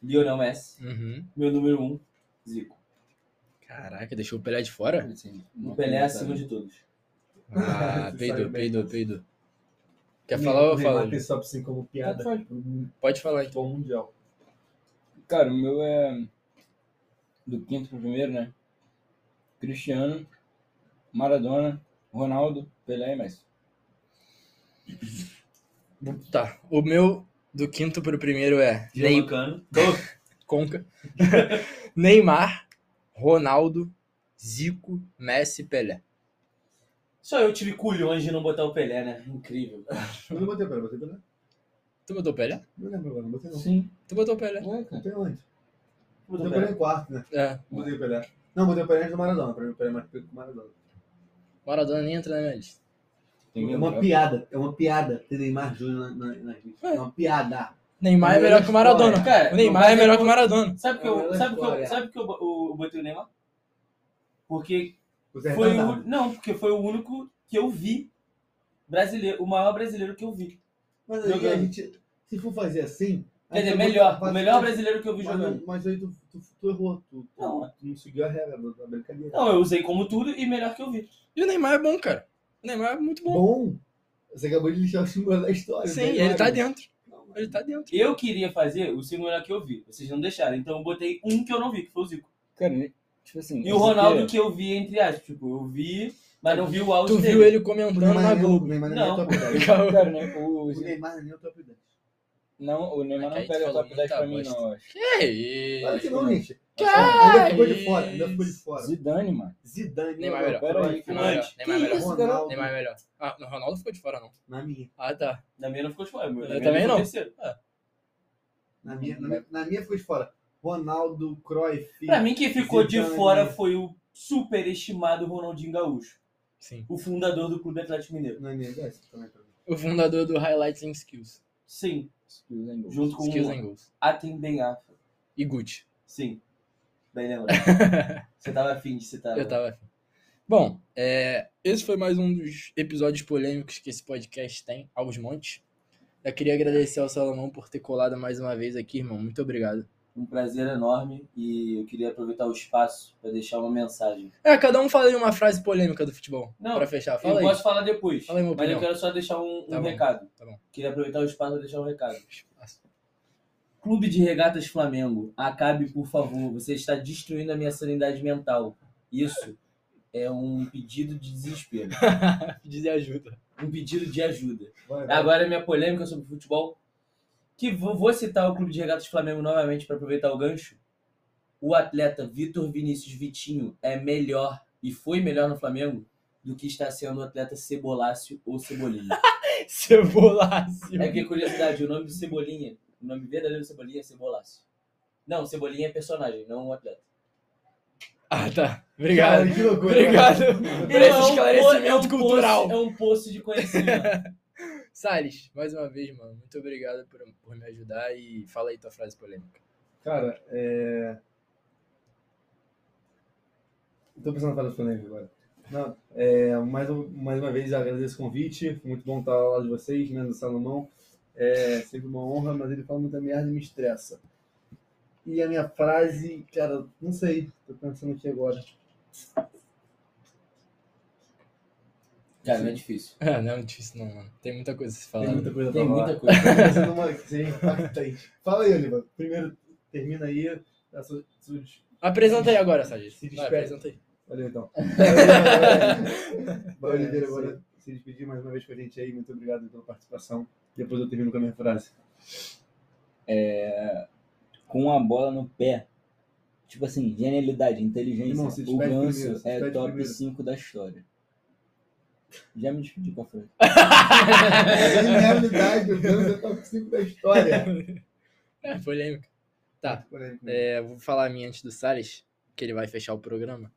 Lionel Messi.
Uhum.
Meu número 1. Um, Zico.
Caraca, deixou o Pelé de fora?
O Pelé é acima de todos.
Ah,
Você
peidou,
saiu bem,
peidou,
você.
peidou. Quer falar ou eu
Neymar
falo?
tem só assim como piada.
Pode,
Pode falar então.
Futebol mundial.
Cara, o meu é. Do quinto pro primeiro, né? Cristiano, Maradona, Ronaldo, Pelé e Messi.
Tá. O meu do quinto pro primeiro é Ney...
Gianlucano.
Conca. <laughs> Neymar, Ronaldo, Zico, Messi, Pelé.
<laughs> Só eu tive culhões de não botar o Pelé, né? Incrível.
Eu não botei pra botei pra
Tu botou o Pelé?
Não lembro agora, não botei não.
Sim.
Tu botou o Pelé.
É,
Não
cara.
tem onde. Botei
Botou o
o Pelé
Pelé.
em quarto, né?
É.
Botei o Pelé. Não, botei o Pelé antes do Maradona. Pra mim, o Pelé é mais pico que o Maradona.
Maradona nem entra na minha lista.
Tem um que
é uma
lembrar.
piada. É uma piada ter Neymar Júnior na, na, na lista. É uma piada.
Neymar é melhor que o Maradona.
Cara,
O Neymar é melhor que o Maradona.
Sabe que
É a
eu,
melhor
sabe que eu,
história.
sabe que eu, bo- eu botei o Neymar? Porque
Você é
Foi um- o-
retardado.
não, porque foi o único que eu vi brasileiro, o maior brasileiro que eu vi.
Mas aí a
Jogando.
gente... Se for fazer assim...
Quer
a gente
dizer,
vai
melhor,
botar-
o melhor brasileiro que eu vi
Mas,
jogando.
mas, mas aí tu, tu, tu errou. Tu, tu,
Não.
tu não seguiu a regra da da brincadeira.
Não, eu usei como tudo e melhor que eu vi.
E o Neymar é bom, cara. O Neymar é muito bom.
Bom. Você acabou de lixar o símbolo da história. né?
Sim,
Neymar. é
ele tá dentro. Ele tá dentro.
Eu queria fazer o segundo melhor que eu vi, vocês não deixaram. Então eu botei um que eu não vi, que foi o Zico.
Cara, ne- tipo assim.
E o
esse
Ronaldo
aqui
que eu vi, entre aspas. Tipo, eu vi, mas não vi o auge
Tu
dele.
viu ele
O
comentando
Neymar
Tá na
não é- o
Globo.
<laughs>
Neymar não é
Não.
top 10.
é- Cara, né? O
O Neymar não é top 10.
Não, o Neymar
Mas que
não
aí tu
pega
falou
top 10 pra
muita
mim, não, eu acho.
É, Que
Olha que
isso?
não, gente.
Que
Ainda ficou de fora. Ainda
isso?
ficou de fora.
Zidane, mano.
Zidane,
Neymar
Ronaldo,
melhor.
Cruyff,
Neymar melhor.
Ronaldo,
Neymar é melhor.
isso, garoto?
Neymar melhor. Ah, o Ronaldo ficou de fora, não.
Na minha.
Ah, tá.
Na minha não ficou de fora. meu-
Eu
na minha
também
foi
não.
terceiro.
Na minha, na minha, na minha ficou de fora. Ronaldo, Cruyff.
Pra mim, quem ficou de
Zidane.
fora foi o superestimado Ronaldinho Gaúcho,
Sim.
o fundador do Clube Atlético Mineiro.
Na minha, é, essa também pra mim.
O fundador do Highlights and Skills.
Sim,
Skills and goals.
junto com um.
Skills and
o
Goals.
Atem Ben Afro.
E Gucci.
Sim,
<laughs>
bem lembrado. Você tava afim de citar.
Eu
né?
tava afim. Bom, é, esse foi mais um dos episódios polêmicos que esse podcast tem, aos montes. Eu queria agradecer ao Salomão por ter colado mais uma vez aqui, irmão. Muito obrigado.
Um prazer enorme e eu queria aproveitar o espaço para deixar uma mensagem.
É, cada um fala aí uma frase polêmica do futebol.
Não,
pra fechar, fala
eu
aí.
posso falar depois,
Fala aí minha
mas eu
opinião.
quero só deixar um, um
Tá bom,
recado.
tá bom.
Queria aproveitar o espaço para deixar um recado. Clube de Regatas Flamengo, acabe, por favor. Você está destruindo a minha sanidade mental. Isso é um pedido de desespero,
Dizer ajuda.
um pedido de ajuda.
Vai, vai.
Agora, é minha polêmica sobre futebol, que vou vou citar o Clube de Regatas Flamengo novamente para aproveitar o gancho. O atleta Vitor Vinícius Vitinho é melhor e foi melhor no Flamengo do que está sendo o atleta Cebolácio ou Cebolinha.
<laughs> Cebolácio.
É que curiosidade, o nome do Cebolinha, o nome verdadeiro do Cebolinha é Cebolácio. Não, Cebolinha é personagem, não um atleta.
Ah, tá. Obrigado.
Cara, que loucura.
Obrigado <laughs> por
É um
esse
po-
esclarecimento
é um poço-
cultural.
É um poço
<laughs>
de conhecimento.
Salles, mais uma vez, mano, muito obrigado por, por me ajudar e fala aí tua frase polêmica. <laughs>
Cara, é. Tô pensando na frase polêmica agora. Não, é, mais, um- mais uma vez agradeço o convite. Foi muito bom estar ao lado de vocês, menos o Salomão. É sempre uma honra, mas ele fala muita merda e me estressa. E a minha frase, cara, não sei, tô pensando aqui agora.
Cara, não é difícil.
Ah, não é difícil não, mano. Tem muita coisa a se falar.
Tem muita coisa pra
Tem
falar.
muita coisa.
Tô pensando numa que seja impactante. Fala aí, Oliva. Primeiro, termina aí. dá sua- suas-
Apresenta aí agora, Salles.
Se
Vai,
despede.
apresenta aí.
Valeu, <laughs> então. Vai, Oliveira, agora se despedir mais uma vez com a gente aí. Muito obrigado pela participação. Depois eu termino com a minha frase.
Com a bola no pé. Tipo assim, genialidade, inteligência.
Irmão, se
o
despede primeiro,
Ganso
se
é
despede
top
primeiro.
5 da história. Já me despedi com a frase.
<laughs> É em realidade, o Deus é top 5 da história.
É, polêmica. Tá,
Polêmico, né?
é, vou falar a minha antes do Salles, que ele vai fechar o programa.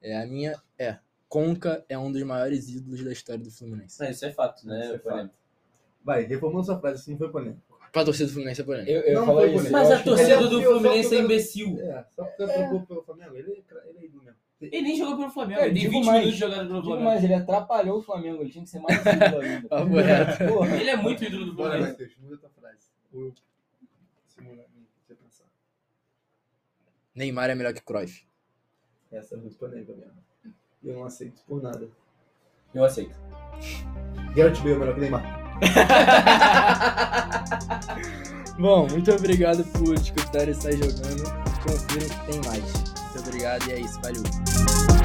É, a minha é, Conca é um dos maiores ídolos da história do Fluminense.
Não, isso é fato, né?
Isso é
Fernando?
Vai, reformando sua frase, isso não foi polêmico.
Pra torcida do Fluminense é polêmica.
Eu, eu
Não
falo
foi
isso.
bonito.
eu
Mas a
acho que-
torcida
Eu
do
só-
Fluminense é
eu só-
imbecil.
É, só porque ele trocou pelo Flamengo, ele, ele é ídolo mesmo.
Ele nem jogou pelo Flamengo.
É,
Ele tem
digo
20
mais,
minutos jogando pelo
Digo
Flamengo.
mais, ele atrapalhou o Flamengo, ele tinha que ser mais ídolo ainda.
Papo reto.
Porra.
Ele é muito ídolo do
Bora,
Flamengo.
Matheus, muda tua frase. Ou eu. Simula a minha, deixa eu pensar.
Neymar é melhor que Cruyff.
Essa é muito polêmica mesmo. E eu não aceito por nada.
Eu aceito.
Garante Bale é melhor que Neymar.
Bom, muito obrigado por escutar e estar jogando. Confiram que tem mais. Muito obrigado e é isso, valeu.